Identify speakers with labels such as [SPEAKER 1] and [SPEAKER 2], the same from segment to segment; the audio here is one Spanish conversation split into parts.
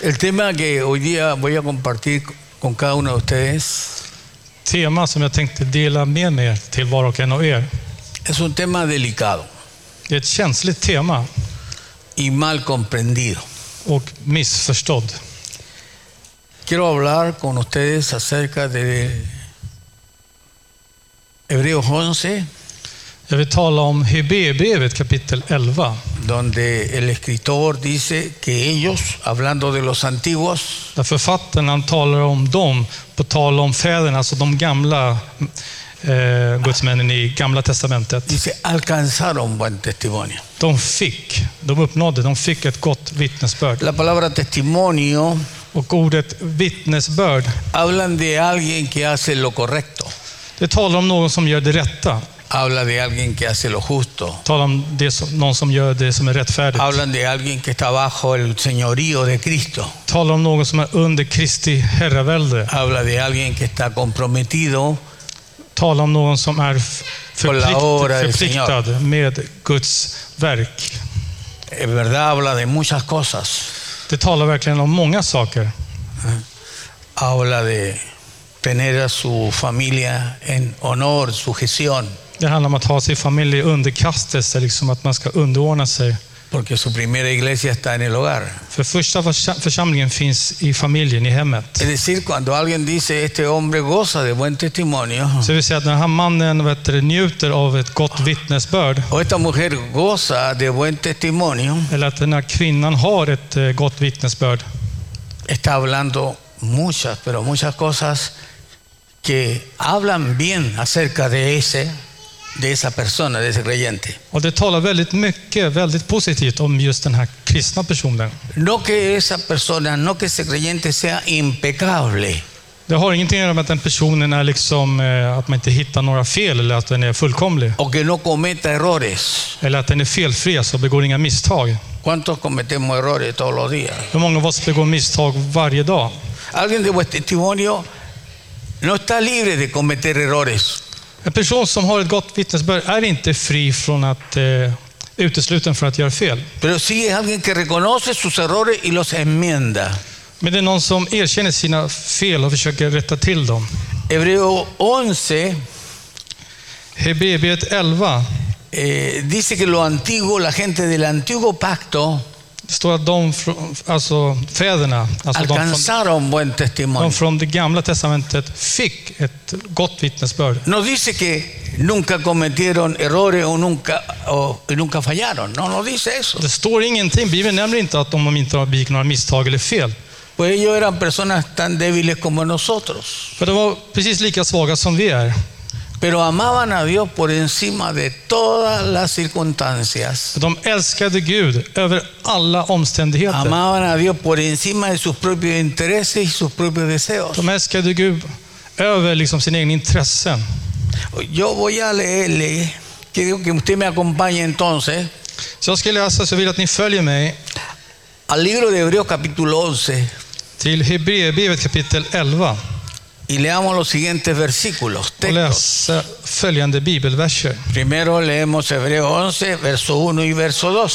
[SPEAKER 1] El tema que hoy día voy a compartir con cada uno de ustedes
[SPEAKER 2] Tema som jag tänkte dela med mig till var och en av er.
[SPEAKER 1] es un tema delicado
[SPEAKER 2] Det är ett känsligt tema
[SPEAKER 1] y mal comprendido.
[SPEAKER 2] och missförstådd.
[SPEAKER 1] Quiero hablar con ustedes acerca de Hebreos 11,
[SPEAKER 2] Jag vill tala om Hebreerbrevet kapitel 11.
[SPEAKER 1] donde el escritor dice que ellos, hablando de los antiguos,
[SPEAKER 2] Där författaren han talar om dem, på tal om fäderna, alltså de gamla eh, gudsmännen i Gamla Testamentet.
[SPEAKER 1] dice, alcanzaron buen testimonio.
[SPEAKER 2] De fick, de uppnådde, de fick ett gott vittnesbörd.
[SPEAKER 1] La palabra testimonio
[SPEAKER 2] Och ordet vittnesbörd,
[SPEAKER 1] hablan de alguien que hace lo correcto,
[SPEAKER 2] det talar om någon som gör det rätta.
[SPEAKER 1] habla de alguien que hace lo justo,
[SPEAKER 2] talar om det som, någon som gör det som är rättfärdigt.
[SPEAKER 1] hablan de alguien que está bajo el señorío de Cristo,
[SPEAKER 2] talar om någon som är under Kristi herravälde.
[SPEAKER 1] habla de alguien que está comprometido
[SPEAKER 2] talar om någon som är f-
[SPEAKER 1] Con la obra
[SPEAKER 2] förpliktad,
[SPEAKER 1] del
[SPEAKER 2] förpliktad med Guds verk.
[SPEAKER 1] en verdad habla de muchas cosas.
[SPEAKER 2] Det talar verkligen om många saker.
[SPEAKER 1] Habla de tener a su familia en honor, sujeción,
[SPEAKER 2] Det handlar om att ha sin familj i underkastelse, liksom att man ska underordna sig.
[SPEAKER 1] porque su primera iglesia está en el hogar.
[SPEAKER 2] För första försa- församlingen finns i familjen, i hemmet.
[SPEAKER 1] Es decir, cuando alguien dice, este hombre goza de buen testimonio,
[SPEAKER 2] Så det vill säga att när den här mannen vet, du, njuter av ett gott vittnesbörd,
[SPEAKER 1] o esta mujer goza de buen testimonio,
[SPEAKER 2] eller att den här kvinnan har ett eh, gott vittnesbörd,
[SPEAKER 1] está hablando muchas, pero muchas cosas que hablan bien acerca de ese, de esa persona, de ese creyente.
[SPEAKER 2] Och det talar väldigt mycket, väldigt positivt om just den här kristna personen.
[SPEAKER 1] No que esa persona, no que ese creyente sea impecable,
[SPEAKER 2] Det har ingenting att göra med att den personen är liksom, eh, att man inte hittar några fel eller att den är fullkomlig.
[SPEAKER 1] o que no cometa errores.
[SPEAKER 2] Eller att den är felfri, alltså begår inga misstag.
[SPEAKER 1] ¿Cuántos cometemos errores todos los días?
[SPEAKER 2] Hur många av oss begår misstag varje dag?
[SPEAKER 1] Alguien de vuestro testimonio no está libre de cometer errores.
[SPEAKER 2] En person som har ett gott vittnesbörd är inte fri från att eh, utesluten för att göra fel.
[SPEAKER 1] Pero sí es alguien que reconoce sus errores y los enmienda.
[SPEAKER 2] Men det är någon som erkänner sina fel och försöker rätta till dem.
[SPEAKER 1] Hebreo 11
[SPEAKER 2] Hebreerbrevet 11
[SPEAKER 1] eh, dice que lo antiguo, la gente del antiguo pacto,
[SPEAKER 2] det står att de, från, alltså fäderna, alltså de från
[SPEAKER 1] alcanzaron buen
[SPEAKER 2] De
[SPEAKER 1] testimonio.
[SPEAKER 2] från det gamla testamentet fick ett gott vittnesbörd.
[SPEAKER 1] No dice que nunca cometieron errores o nunca, o nunca fallaron. No, no dice eso.
[SPEAKER 2] Det står ingenting, Bibeln nämner inte att de inte har begick några misstag eller fel.
[SPEAKER 1] Pues ellos eran personas tan débiles como nosotros.
[SPEAKER 2] För de var precis lika svaga som vi är.
[SPEAKER 1] Pero amaban a Dios por encima de todas las circunstancias.
[SPEAKER 2] De älskade Gud över alla omständigheter.
[SPEAKER 1] Amaban a Dios por encima de sus propios intereses y sus propios deseos.
[SPEAKER 2] De älskade Gud över liksom sina egna intressen.
[SPEAKER 1] Yo voy a leerle, quiero que usted me acompañe entonces
[SPEAKER 2] Så jag ska läsa, så jag vill att ni följer mig
[SPEAKER 1] al libro de Hebreos capítulo 11
[SPEAKER 2] till Hebreerbrevet kapitel 11
[SPEAKER 1] y leamos los siguientes versículos.
[SPEAKER 2] och
[SPEAKER 1] textos.
[SPEAKER 2] läsa följande bibelverser.
[SPEAKER 1] Primero leemos Hebreos 11, verso 1 y verso 2.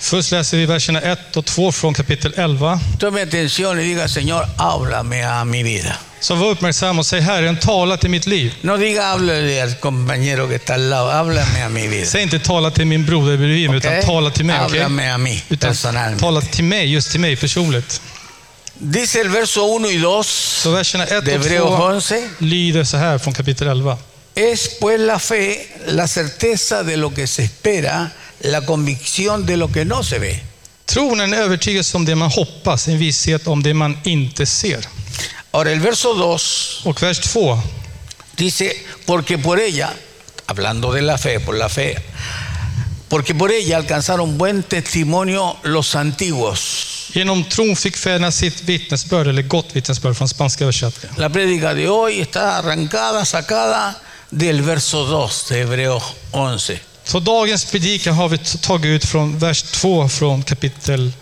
[SPEAKER 2] Först läser vi verserna 1 och 2 från kapitel 11.
[SPEAKER 1] Tome atención y diga, Señor, háblame a mi vida.
[SPEAKER 2] Så var uppmärksam och säg Herren tala till mitt liv.
[SPEAKER 1] No diga, háblale al compañero que está al lado, háblame a mi vida.
[SPEAKER 2] Säg inte tala till min broder bredvid mig,
[SPEAKER 1] ¿ok?
[SPEAKER 2] utan tala till mig. okej?
[SPEAKER 1] Háblame a mí,
[SPEAKER 2] Utan
[SPEAKER 1] personalmente.
[SPEAKER 2] tala till mig, just till mig personligt.
[SPEAKER 1] Dice el verso 1 y 2
[SPEAKER 2] Så verserna 1
[SPEAKER 1] de Hebreos
[SPEAKER 2] och 2
[SPEAKER 1] 11,
[SPEAKER 2] lyder så här från kapitel 11.
[SPEAKER 1] es pues la fe, la certeza de lo que se espera, la convicción de lo que no se ve.
[SPEAKER 2] Tron är en övertygelse om det man hoppas, en visshet om det man inte ser.
[SPEAKER 1] Ahora el verso 2
[SPEAKER 2] Och vers 2.
[SPEAKER 1] Dice, porque por ella, hablando de la fe, por la fe, porque por ella alcanzaron buen testimonio los antiguos.
[SPEAKER 2] Genom tron fick fäderna sitt vittnesbörd, eller gott vittnesbörd från spanska översättningen.
[SPEAKER 1] La prédica de hoy está arrancada, sacada del verso 2 de Hebreos 11.
[SPEAKER 2] Så dagens predikan har vi t- tagit ut från vers 2 från kapitel,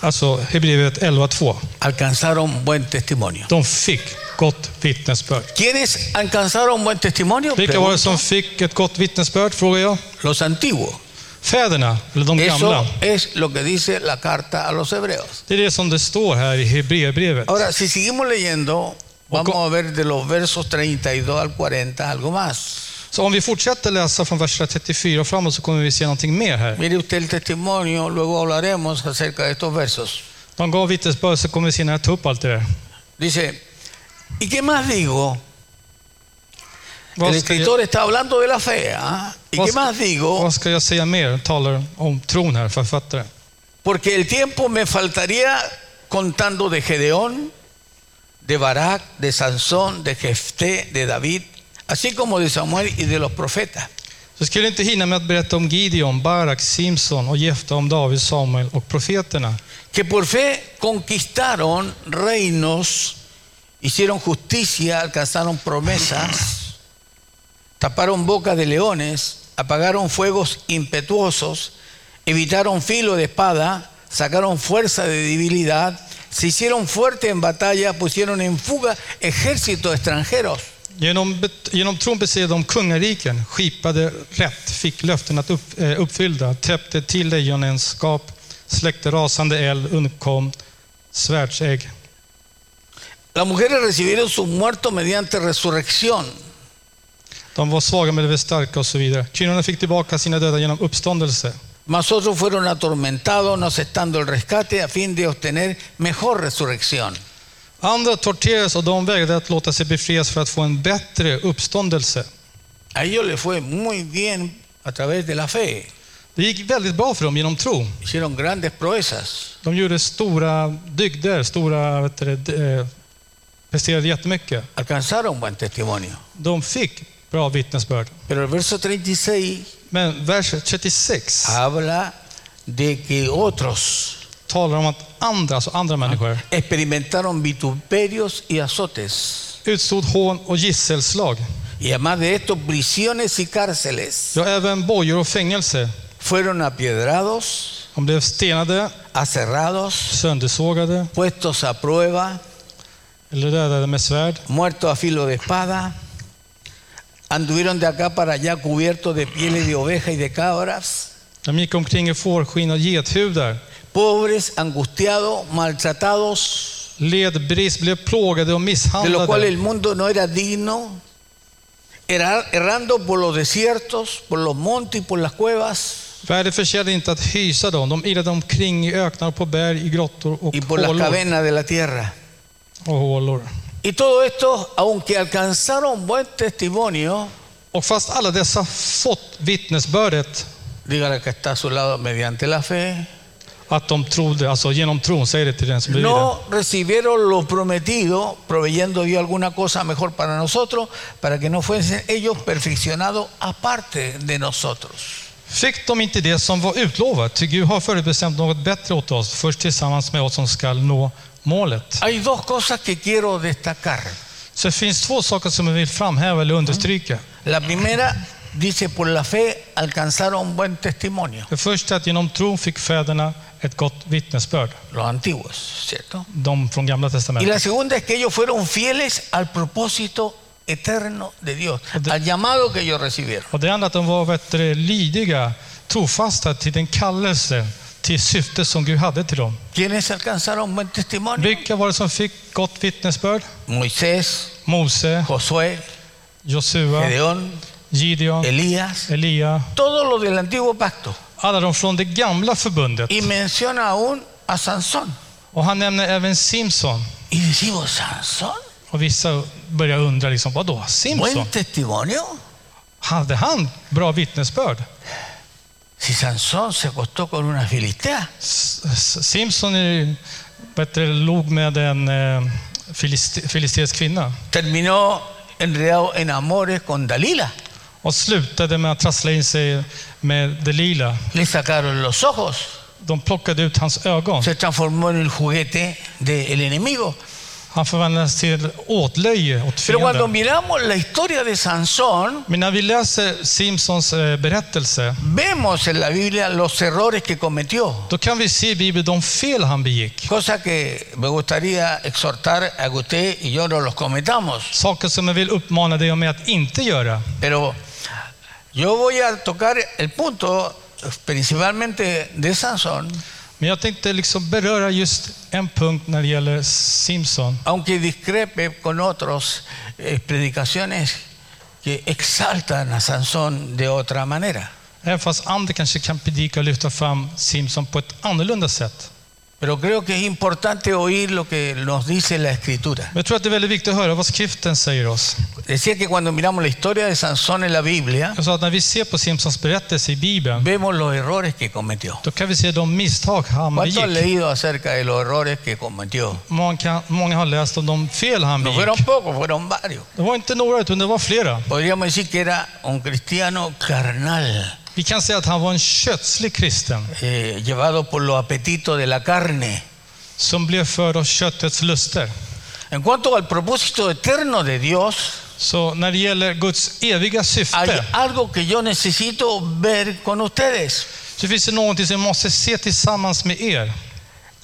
[SPEAKER 2] alltså Hebreerbrevet 11.2.
[SPEAKER 1] Alcanzaron buen testimonio.
[SPEAKER 2] De fick gott vittnesbörd.
[SPEAKER 1] ¿Quiénes alcanzaron buen testimonio?
[SPEAKER 2] Vilka var
[SPEAKER 1] Pregunto.
[SPEAKER 2] det som fick ett gott vittnesbörd, frågar jag.
[SPEAKER 1] Los antiguos.
[SPEAKER 2] Fäderna, eller de gamla.
[SPEAKER 1] Eso es lo que dice la carta a los hebreos.
[SPEAKER 2] Det är det som det står här i Hebreerbrevet.
[SPEAKER 1] Ahora, si seguimos leyendo, vamos a ver de los versos 32 al 40 algo más.
[SPEAKER 2] Så om vi fortsätter läsa från vers 34 och framåt så kommer vi se någonting mer här.
[SPEAKER 1] Mire usted el testimonio, luego hablaremos acerca de estos versos.
[SPEAKER 2] De gav vittnesbörd så kommer vi se när jag tar upp allt det där.
[SPEAKER 1] Dice, ¿y qué más digo? El
[SPEAKER 2] Vad ska, jag,
[SPEAKER 1] escritor está hablando de la fe. ¿ah? ¿Y qué más digo?
[SPEAKER 2] vad ska jag säga mer? Talar om tron här, författare.
[SPEAKER 1] Porque el tiempo me faltaría contando de Gedeón, de Barak, de Sansón, de Jefté, de David, así como de Samuel y de los profetas.
[SPEAKER 2] Så skulle jag inte hinna med att berätta om Gideon, Barak, Simson och Jefta, om David, Samuel och profeterna.
[SPEAKER 1] que por fe conquistaron reinos, hicieron justicia, alcanzaron promesas, taparon bocas de leones, apagaron fuegos impetuosos, evitaron filo de espada, sacaron fuerza de debilidad, se hicieron fuerte en batalla, pusieron en fuga ejércitos extranjeros.
[SPEAKER 2] Genom, bet- genom tron besegrade de kungariken, skipade rätt, fick löften att upp, eh, uppfyllda, täppte till lejonens skap, släckte rasande eld, undkom svärdsägg.
[SPEAKER 1] Las mujeres recibieron sus muertos mediante resurrección.
[SPEAKER 2] De var svaga men de blev starka och så vidare. Kvinnorna fick tillbaka sina döda genom uppståndelse.
[SPEAKER 1] Mas otros fueron atormentados, no aceptando el rescate a fin de obtener mejor resurrección.
[SPEAKER 2] Andra torterades och de vägrade att låta sig befrias för att få en bättre uppståndelse.
[SPEAKER 1] A ellos les fue muy bien a través de la fe.
[SPEAKER 2] Det gick väldigt bra för dem genom tro.
[SPEAKER 1] Hicieron grandes proezas.
[SPEAKER 2] De gjorde stora dygder, stora, vet du, det, eh, presterade jättemycket.
[SPEAKER 1] Alcanzaron buen testimonio.
[SPEAKER 2] De fick bra vittnesbörd.
[SPEAKER 1] Pero el verso 36
[SPEAKER 2] Men vers 36
[SPEAKER 1] habla de que otros
[SPEAKER 2] talar om att andra, alltså andra människor,
[SPEAKER 1] experimentaron vituperios y azotes.
[SPEAKER 2] utstod hån och gisselslag.
[SPEAKER 1] Y además de esto, prisiones y cárceles.
[SPEAKER 2] Ja, även bojor och fängelse.
[SPEAKER 1] Fueron apiedrados,
[SPEAKER 2] De blev stenade,
[SPEAKER 1] aserrados,
[SPEAKER 2] söndersågade,
[SPEAKER 1] puestos a prueba,
[SPEAKER 2] eller dödade med svärd.
[SPEAKER 1] muertos a filo de espada. Anduvieron de acá para allá cubiertos de pieles de oveja y de cabras.
[SPEAKER 2] De gick omkring i fårskinn och gethudar.
[SPEAKER 1] pobres, angustiados, maltratados,
[SPEAKER 2] Ledbrist, blev plågade och
[SPEAKER 1] de lo cual el
[SPEAKER 2] misshandlade.
[SPEAKER 1] mundo no era digno, era- errando por los desiertos, por los montes y por las cuevas
[SPEAKER 2] Världen förtjänade inte att hysa dem. De irrade omkring i öknar, och på berg, i grottor och
[SPEAKER 1] y por las
[SPEAKER 2] hålor.
[SPEAKER 1] cavernas de la tierra.
[SPEAKER 2] och hålor.
[SPEAKER 1] Y todo esto, aunque alcanzaron buen testimonio,
[SPEAKER 2] Och fast alla dessa fått vittnesbördet
[SPEAKER 1] dígale que está a su lado mediante la fe,
[SPEAKER 2] att de trodde, alltså genom tron, säger det till den som lyder.
[SPEAKER 1] no recibieron lo prometido, proveyendo Dios alguna cosa mejor para nosotros, para que no fuesen ellos perfeccionados aparte de nosotros.
[SPEAKER 2] Fick de inte det som var utlovat, ty Gud har förutbestämt något bättre åt oss, först tillsammans med oss som skall nå målet.
[SPEAKER 1] Hay dos cosas que quiero destacar.
[SPEAKER 2] Så det finns två saker som jag vill framhäva eller understryka.
[SPEAKER 1] La primera dice, por la fe alcanzaron buen testimonio.
[SPEAKER 2] Det första är att genom tron fick fäderna ett gott vittnesbörd,
[SPEAKER 1] Los antiguos, ¿cierto?
[SPEAKER 2] de från Gamla
[SPEAKER 1] Y
[SPEAKER 2] testamentet.
[SPEAKER 1] la segunda es que ellos fueron fieles al propósito eterno de Dios, al llamado que ellos recibieron.
[SPEAKER 2] Och det andra är att de var bättre lydiga, trofasta till den kallelse, till syfte som Gud hade till dem.
[SPEAKER 1] ¿Quiénes alcanzaron buen testimonio?
[SPEAKER 2] Vilka var det som fick gott vittnesbörd?
[SPEAKER 1] Moisés,
[SPEAKER 2] Mose,
[SPEAKER 1] Josué,
[SPEAKER 2] Josua,
[SPEAKER 1] Gedeón,
[SPEAKER 2] Gideon,
[SPEAKER 1] Elías,
[SPEAKER 2] Elia.
[SPEAKER 1] todos los del antiguo pacto.
[SPEAKER 2] Alla de från det gamla förbundet.
[SPEAKER 1] Y menciona aún a Sansón.
[SPEAKER 2] Och han nämner även Simson.
[SPEAKER 1] Y decimos, ¿Sansón?
[SPEAKER 2] Och vissa börjar undra, liksom, vadå Simson?
[SPEAKER 1] ¿Buen testimonio?
[SPEAKER 2] Hade han bra vittnesbörd?
[SPEAKER 1] Si Sansón se acostó con una filistea.
[SPEAKER 2] S- S- Simson är ju, bättre, log med en eh, filist- filisteisk kvinna
[SPEAKER 1] terminó enredado en amores con Dalila.
[SPEAKER 2] och slutade med att trassla in sig med Delila.
[SPEAKER 1] Le sacaron los ojos.
[SPEAKER 2] De plockade ut hans ögon.
[SPEAKER 1] Se transformó en el juguete del enemigo.
[SPEAKER 2] Han förvandlades till åtlöje åt
[SPEAKER 1] Pero cuando
[SPEAKER 2] fienden.
[SPEAKER 1] miramos la historia de Sansón,
[SPEAKER 2] Men när vi läser Simsons eh, berättelse
[SPEAKER 1] vemos en la Biblia los errores que cometió.
[SPEAKER 2] Då kan vi se i Bibeln de fel han begick.
[SPEAKER 1] Cosa que me gustaría exhortar a que usted y yo no los cometamos.
[SPEAKER 2] Saker som jag vill uppmana dig och mig att inte göra.
[SPEAKER 1] Pero yo voy a tocar el punto principalmente de Sansón,
[SPEAKER 2] Men jag tänkte liksom beröra just en punkt när det gäller Simson.
[SPEAKER 1] aunque discrepe con otras predicaciones que exaltan a Sansón de otra manera.
[SPEAKER 2] Även fast andra kanske kan predika och lyfta fram Simson på ett annorlunda sätt.
[SPEAKER 1] Pero creo que es importante oír lo que nos dice la escritura.
[SPEAKER 2] Men jag tror att det är väldigt viktigt att höra vad skriften säger oss.
[SPEAKER 1] Decía que cuando miramos la historia de Sansón en la Biblia,
[SPEAKER 2] Jag sa att när vi ser på Simpsons berättelse i Bibeln,
[SPEAKER 1] vemos los errores que cometió.
[SPEAKER 2] då kan vi se de misstag han
[SPEAKER 1] ¿Cuántos han
[SPEAKER 2] begick.
[SPEAKER 1] leído acerca de los errores que cometió?
[SPEAKER 2] Många, kan, många har läst om de fel han
[SPEAKER 1] No
[SPEAKER 2] begick.
[SPEAKER 1] fueron pocos, fueron varios.
[SPEAKER 2] Det var inte några, utan det var flera.
[SPEAKER 1] Podríamos decir que era un cristiano carnal,
[SPEAKER 2] Vi kan säga att han var en kötslig kristen
[SPEAKER 1] eh, llevado por los apetitos de la carne.
[SPEAKER 2] som blev förd av köttets luster.
[SPEAKER 1] En cuanto al propósito eterno de Dios,
[SPEAKER 2] Så när det gäller Guds eviga
[SPEAKER 1] hay
[SPEAKER 2] syfte
[SPEAKER 1] algo que yo necesito ver con ustedes.
[SPEAKER 2] så finns det någonting som vi måste se tillsammans med er.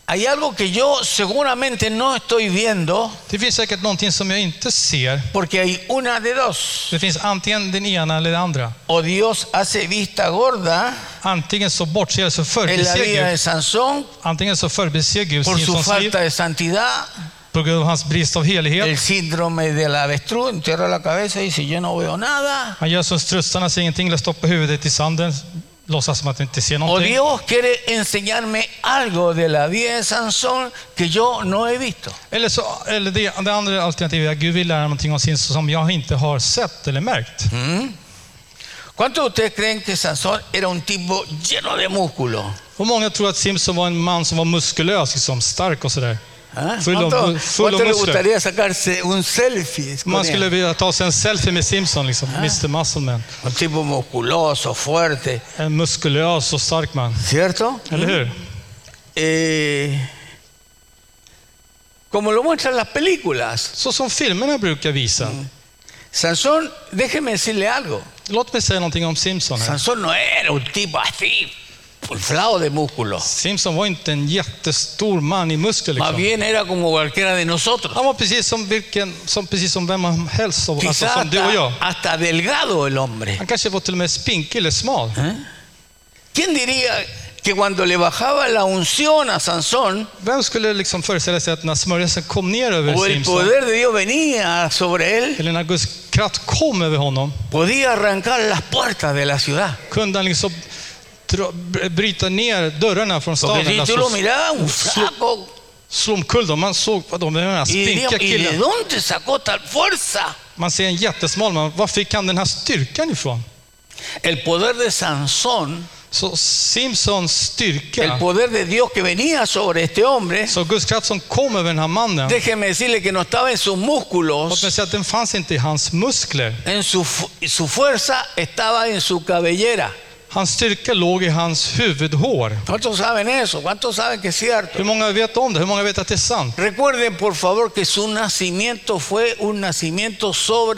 [SPEAKER 1] Hay algo que yo seguramente no estoy viendo
[SPEAKER 2] Det finns säkert någonting som jag inte ser.
[SPEAKER 1] porque hay una de dos.
[SPEAKER 2] Det finns antingen den ena eller den andra.
[SPEAKER 1] O Dios hace vista gorda
[SPEAKER 2] Antingen så bortser så
[SPEAKER 1] en la
[SPEAKER 2] förbiser
[SPEAKER 1] vida de
[SPEAKER 2] Gud,
[SPEAKER 1] Sansón
[SPEAKER 2] antingen så förbiser Gud
[SPEAKER 1] por su
[SPEAKER 2] Simpsons liv
[SPEAKER 1] falta de santidad,
[SPEAKER 2] på grund av hans brist av helighet.
[SPEAKER 1] el síndrome del avestruz, entierra la cabeza y dice yo no veo nada.
[SPEAKER 2] Han gör som strutsarna, ser ingenting, eller stoppar huvudet i sanden, låtsas som att han inte ser
[SPEAKER 1] O
[SPEAKER 2] någonting.
[SPEAKER 1] Dios quiere enseñarme algo de la vida de Sansón que yo no he visto.
[SPEAKER 2] Eller, så, eller det, det andra alternativet är att Gud vill lära mig någonting om sin som jag inte har sett eller märkt.
[SPEAKER 1] ¿Cuántos de ustedes creen que Sansón era un tipo lleno de músculo?
[SPEAKER 2] Och många tror att Simpson var en man som var muskulös, liksom, stark och sådär.
[SPEAKER 1] ¿Ah?
[SPEAKER 2] Full of-
[SPEAKER 1] ¿Cuánto,
[SPEAKER 2] full of
[SPEAKER 1] cuánto le
[SPEAKER 2] muscle.
[SPEAKER 1] gustaría sacarse un selfie? con
[SPEAKER 2] Man
[SPEAKER 1] él?
[SPEAKER 2] skulle vilja ta sig en selfie med Simpson, liksom, Mr Muscleman.
[SPEAKER 1] Un tipo musculoso, fuerte,
[SPEAKER 2] En muskulös och stark man,
[SPEAKER 1] ¿cierto?
[SPEAKER 2] eller hur?
[SPEAKER 1] Eh, como lo muestran las películas,
[SPEAKER 2] Så som filmerna brukar visa.
[SPEAKER 1] Sansón, déjeme decirle algo.
[SPEAKER 2] Låt mig säga någonting om Simpson. Här.
[SPEAKER 1] Sansón no era un tipo así, inflado de músculo.
[SPEAKER 2] Simpson var inte en jättestor man i muskler.
[SPEAKER 1] Más
[SPEAKER 2] Liksom.
[SPEAKER 1] bien era como cualquiera de nosotros.
[SPEAKER 2] Han var precis som, vilken, som, precis som vem som helst, av- alltså,
[SPEAKER 1] Quizás
[SPEAKER 2] som du och jag.
[SPEAKER 1] hasta, hasta delgado el hombre.
[SPEAKER 2] Han kanske var till och med spinkig eller smal.
[SPEAKER 1] ¿Quién diría que cuando le bajaba la unción a Sansón,
[SPEAKER 2] Vem skulle liksom föreställa sig att när smörjelsen kom ner över
[SPEAKER 1] o el
[SPEAKER 2] Simpson,
[SPEAKER 1] poder de Dios venía sobre él,
[SPEAKER 2] eller när Guds kraft kom över honom,
[SPEAKER 1] podía arrancar las puertas de la ciudad?
[SPEAKER 2] kunde han liksom dra, br- bryta ner dörrarna från
[SPEAKER 1] Porque
[SPEAKER 2] staden.
[SPEAKER 1] si tú lo
[SPEAKER 2] Alltså,
[SPEAKER 1] mirabas, un flaco,
[SPEAKER 2] slå omkull dem. Man såg, vadå, vem är den här
[SPEAKER 1] y, diríamos,
[SPEAKER 2] spinkiga
[SPEAKER 1] ¿y de
[SPEAKER 2] killen?
[SPEAKER 1] dónde sacó tal fuerza?
[SPEAKER 2] Man ser en jättesmal man. Var fick han den här styrkan ifrån?
[SPEAKER 1] El poder de Sansón,
[SPEAKER 2] Så Simpsons
[SPEAKER 1] el
[SPEAKER 2] styrka,
[SPEAKER 1] poder de Dios que venía sobre este hombre,
[SPEAKER 2] så Guds kraft som kom över den här mannen,
[SPEAKER 1] déjeme decirle que no estaba en sus
[SPEAKER 2] låt mig
[SPEAKER 1] músculos,
[SPEAKER 2] säga att den fanns inte i hans muskler.
[SPEAKER 1] en su, fu- su fuerza estaba en su cabellera.
[SPEAKER 2] Hans styrka låg i hans huvudhår.
[SPEAKER 1] ¿Cuántos saben eso? ¿Cuántos saben que es cierto?
[SPEAKER 2] Hur många vet om det? Hur många vet att det är sant?
[SPEAKER 1] Recuerden por favor que su nacimiento fue un nacimiento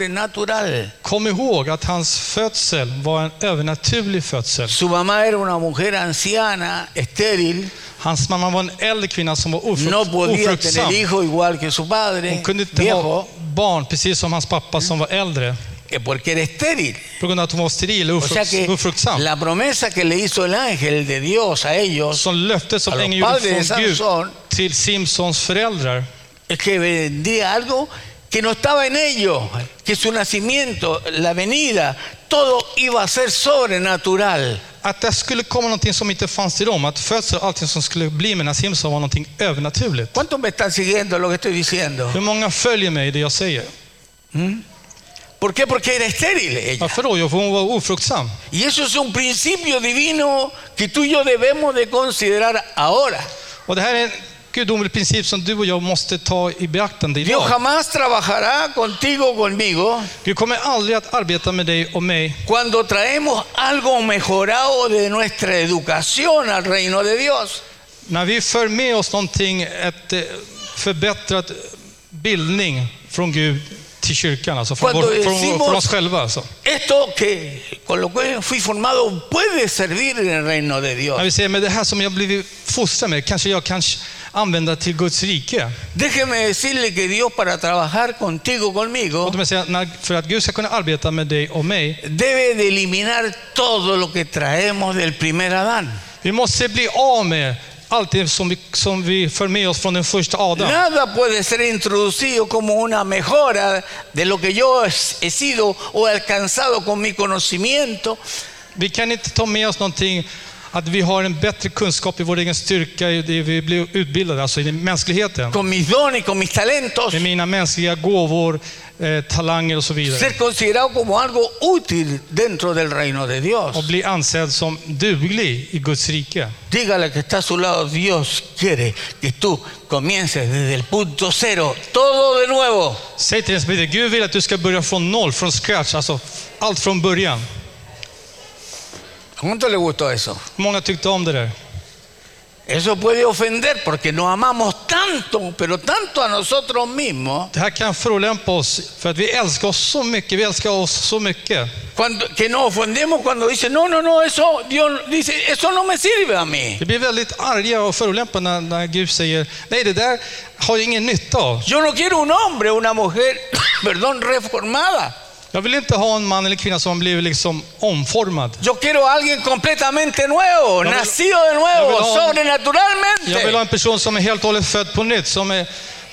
[SPEAKER 1] sobrenatural.
[SPEAKER 2] Kom ihåg att hans födsel var en övernaturlig födsel.
[SPEAKER 1] Su mamá era una mujer anciana, estéril,
[SPEAKER 2] Hans mamma var en äldre kvinna som var ofrukt,
[SPEAKER 1] no podía tener
[SPEAKER 2] ofruktsam.
[SPEAKER 1] hijo igual que su
[SPEAKER 2] Hon
[SPEAKER 1] padre,
[SPEAKER 2] kunde inte ha
[SPEAKER 1] viejo,
[SPEAKER 2] barn, precis som hans pappa som var äldre,
[SPEAKER 1] eh, porque era estéril.
[SPEAKER 2] på grund av att hon var steril och
[SPEAKER 1] O sea
[SPEAKER 2] ofrukts-
[SPEAKER 1] que
[SPEAKER 2] ofruktsam.
[SPEAKER 1] la promesa que le hizo el ángel de Dios a ellos
[SPEAKER 2] Som löftet som
[SPEAKER 1] Alltså,
[SPEAKER 2] ängeln gjorde
[SPEAKER 1] padre
[SPEAKER 2] från Gud
[SPEAKER 1] Samson-
[SPEAKER 2] till Simpsons föräldrar
[SPEAKER 1] es que vendría algo que no estaba en ellos, que su nacimiento, la venida, todo iba a ser sobrenatural.
[SPEAKER 2] att det skulle komma någonting som inte fanns till dem. Att födsel och allting som skulle bli med när Simpson var någonting övernaturligt.
[SPEAKER 1] ¿Cuántos me están siguiendo lo que estoy diciendo?
[SPEAKER 2] Hur många följer mig i det jag säger?
[SPEAKER 1] ¿Por qué? Porque era estéril ella.
[SPEAKER 2] Varför då? Jo, för hon var ofruktsam.
[SPEAKER 1] Y eso es un principio divino que tú y yo debemos de considerar ahora.
[SPEAKER 2] Och det här är en gudomlig princip som du och jag måste ta i beaktande
[SPEAKER 1] Dios
[SPEAKER 2] idag.
[SPEAKER 1] jamás trabajará contigo o conmigo
[SPEAKER 2] Gud kommer aldrig att arbeta med dig och mig
[SPEAKER 1] cuando traemos algo mejorado de nuestra educación al reino de Dios.
[SPEAKER 2] när vi för med oss någonting, ett eh, förbättrat bildning från Gud till kyrkan, alltså från,
[SPEAKER 1] Cuando
[SPEAKER 2] vår, från,
[SPEAKER 1] decimos-
[SPEAKER 2] från oss själva. Alltså.
[SPEAKER 1] Esto que con lo que fui formado puede servir en el reino de
[SPEAKER 2] När
[SPEAKER 1] Dios.
[SPEAKER 2] vi säger, med det här som jag blivit fostrad med, kanske jag kan använda till Guds rike.
[SPEAKER 1] Déjeme decirle que Dios para trabajar contigo, conmigo,
[SPEAKER 2] Låt mig säga, när- för att Gud ska kunna arbeta med dig och mig,
[SPEAKER 1] debe de eliminar todo lo que traemos del primer Adán.
[SPEAKER 2] vi måste bli av med allt det som vi, som vi för med oss från den första Adam.
[SPEAKER 1] Nada puede ser introducido como una mejora de lo que yo he he sido o he alcanzado con mi conocimiento.
[SPEAKER 2] Vi kan inte ta med oss någonting att vi har en bättre kunskap i vår egen styrka, i det vi blir utbildade, alltså i den mänskligheten.
[SPEAKER 1] con mis dones, con mis talentos,
[SPEAKER 2] Med mina mänskliga gåvor, eh, talanger och så vidare.
[SPEAKER 1] ser considerado como algo útil dentro del reino de
[SPEAKER 2] Och
[SPEAKER 1] Dios.
[SPEAKER 2] bli ansedd som duglig i Guds rike.
[SPEAKER 1] Dígale que está a su lado, Dios quiere que tú comiences desde el punto cero, todo de nuevo.
[SPEAKER 2] Säg till din smidig, Gud vill att du ska börja från noll, från scratch, alltså allt från början.
[SPEAKER 1] ¿Cuánto le gustó eso?
[SPEAKER 2] Hur många tyckte om det där?
[SPEAKER 1] Eso puede ofender porque nos amamos tanto, pero tanto a nosotros mismos,
[SPEAKER 2] Det här kan förolämpa oss, för att vi älskar oss så mycket, vi älskar oss så mycket.
[SPEAKER 1] cuando- que nos ofendemos cuando dicen, no, no, no, eso, Dios dice, eso no me sirve a mí.
[SPEAKER 2] Vi blir väldigt arga och förolämpade när, när Gud säger, nej det där har jag ingen nytta av.
[SPEAKER 1] Yo no quiero un hombre, una mujer, perdón, reformada.
[SPEAKER 2] Jag vill inte ha en man eller kvinna som har blivit liksom omformad.
[SPEAKER 1] Yo quiero a alguien completamente nuevo,
[SPEAKER 2] veo-
[SPEAKER 1] nacido de nuevo,
[SPEAKER 2] yo veo- Jag vill ha
[SPEAKER 1] sobrenaturalmente.
[SPEAKER 2] en person som är helt och hållet född på nytt, som, är,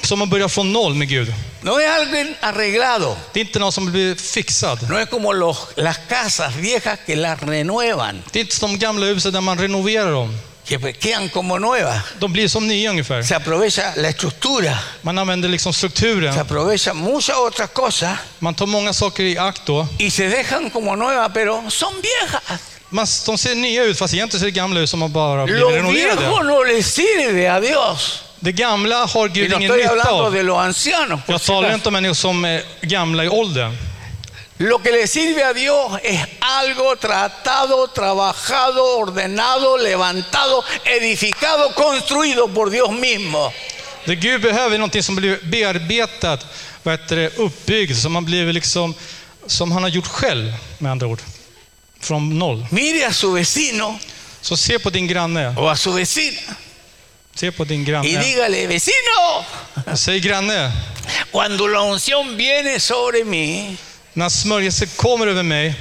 [SPEAKER 2] som har börjat från noll med Gud.
[SPEAKER 1] No es alguien arreglado.
[SPEAKER 2] Det är inte någon som blir fixad.
[SPEAKER 1] No es como los- las casas viejas que las renuevan,
[SPEAKER 2] Det är inte som de gamla husen där man renoverar dem.
[SPEAKER 1] que pues quedan como nuevas.
[SPEAKER 2] De blir som nya ungefär.
[SPEAKER 1] Se aprovecha la estructura,
[SPEAKER 2] Man använder liksom
[SPEAKER 1] se
[SPEAKER 2] strukturen.
[SPEAKER 1] aprovecha muchas otras cosas
[SPEAKER 2] Man tar många saker i akt då.
[SPEAKER 1] y se dejan como nuevas, pero son viejas.
[SPEAKER 2] Man, de ser nya ut fast egentligen så är det gamla hus som har bara blivit
[SPEAKER 1] Lo viejo
[SPEAKER 2] renoverade.
[SPEAKER 1] no le sirve a Dios.
[SPEAKER 2] Det gamla har
[SPEAKER 1] Y
[SPEAKER 2] Gud
[SPEAKER 1] no
[SPEAKER 2] ingen
[SPEAKER 1] estoy
[SPEAKER 2] nytta
[SPEAKER 1] hablando
[SPEAKER 2] av.
[SPEAKER 1] de los ancianos. por
[SPEAKER 2] Jag
[SPEAKER 1] si
[SPEAKER 2] talar
[SPEAKER 1] acaso.
[SPEAKER 2] inte om människor som är gamla i åldern.
[SPEAKER 1] Lo que le sirve a Dios es algo tratado, trabajado, ordenado, levantado, edificado, construido por Dios mismo.
[SPEAKER 2] Det Gud behöver är någonting som blir bearbetat, vad heter det, uppbyggt, som han, blivit liksom, som han har gjort själv med andra ord. Från noll.
[SPEAKER 1] Mire a su vecino
[SPEAKER 2] Så se på din granne.
[SPEAKER 1] o a su vecina
[SPEAKER 2] Se på din
[SPEAKER 1] y
[SPEAKER 2] granne.
[SPEAKER 1] dígale, vecino,
[SPEAKER 2] Säg granne,
[SPEAKER 1] cuando la unción viene sobre mí,
[SPEAKER 2] när smörjelsen kommer över mig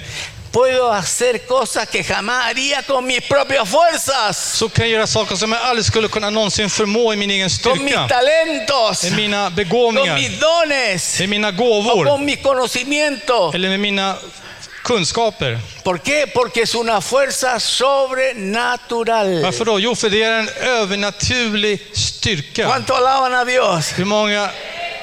[SPEAKER 1] puedo hacer cosas que jamás haría con mis propias fuerzas,
[SPEAKER 2] så kan jag göra saker som jag aldrig skulle kunna någonsin förmå i min egen
[SPEAKER 1] con mis
[SPEAKER 2] styrka.
[SPEAKER 1] talentos,
[SPEAKER 2] Med mina
[SPEAKER 1] con
[SPEAKER 2] begåvningar,
[SPEAKER 1] mis dones,
[SPEAKER 2] med mina
[SPEAKER 1] o
[SPEAKER 2] gåvor
[SPEAKER 1] con mis conocimientos.
[SPEAKER 2] eller med mina kunskaper.
[SPEAKER 1] ¿Por qué? Porque es una fuerza sobrenatural.
[SPEAKER 2] Varför då? Jo, för det är en övernaturlig styrka.
[SPEAKER 1] ¿Cuánto alaban a Dios?
[SPEAKER 2] Hur många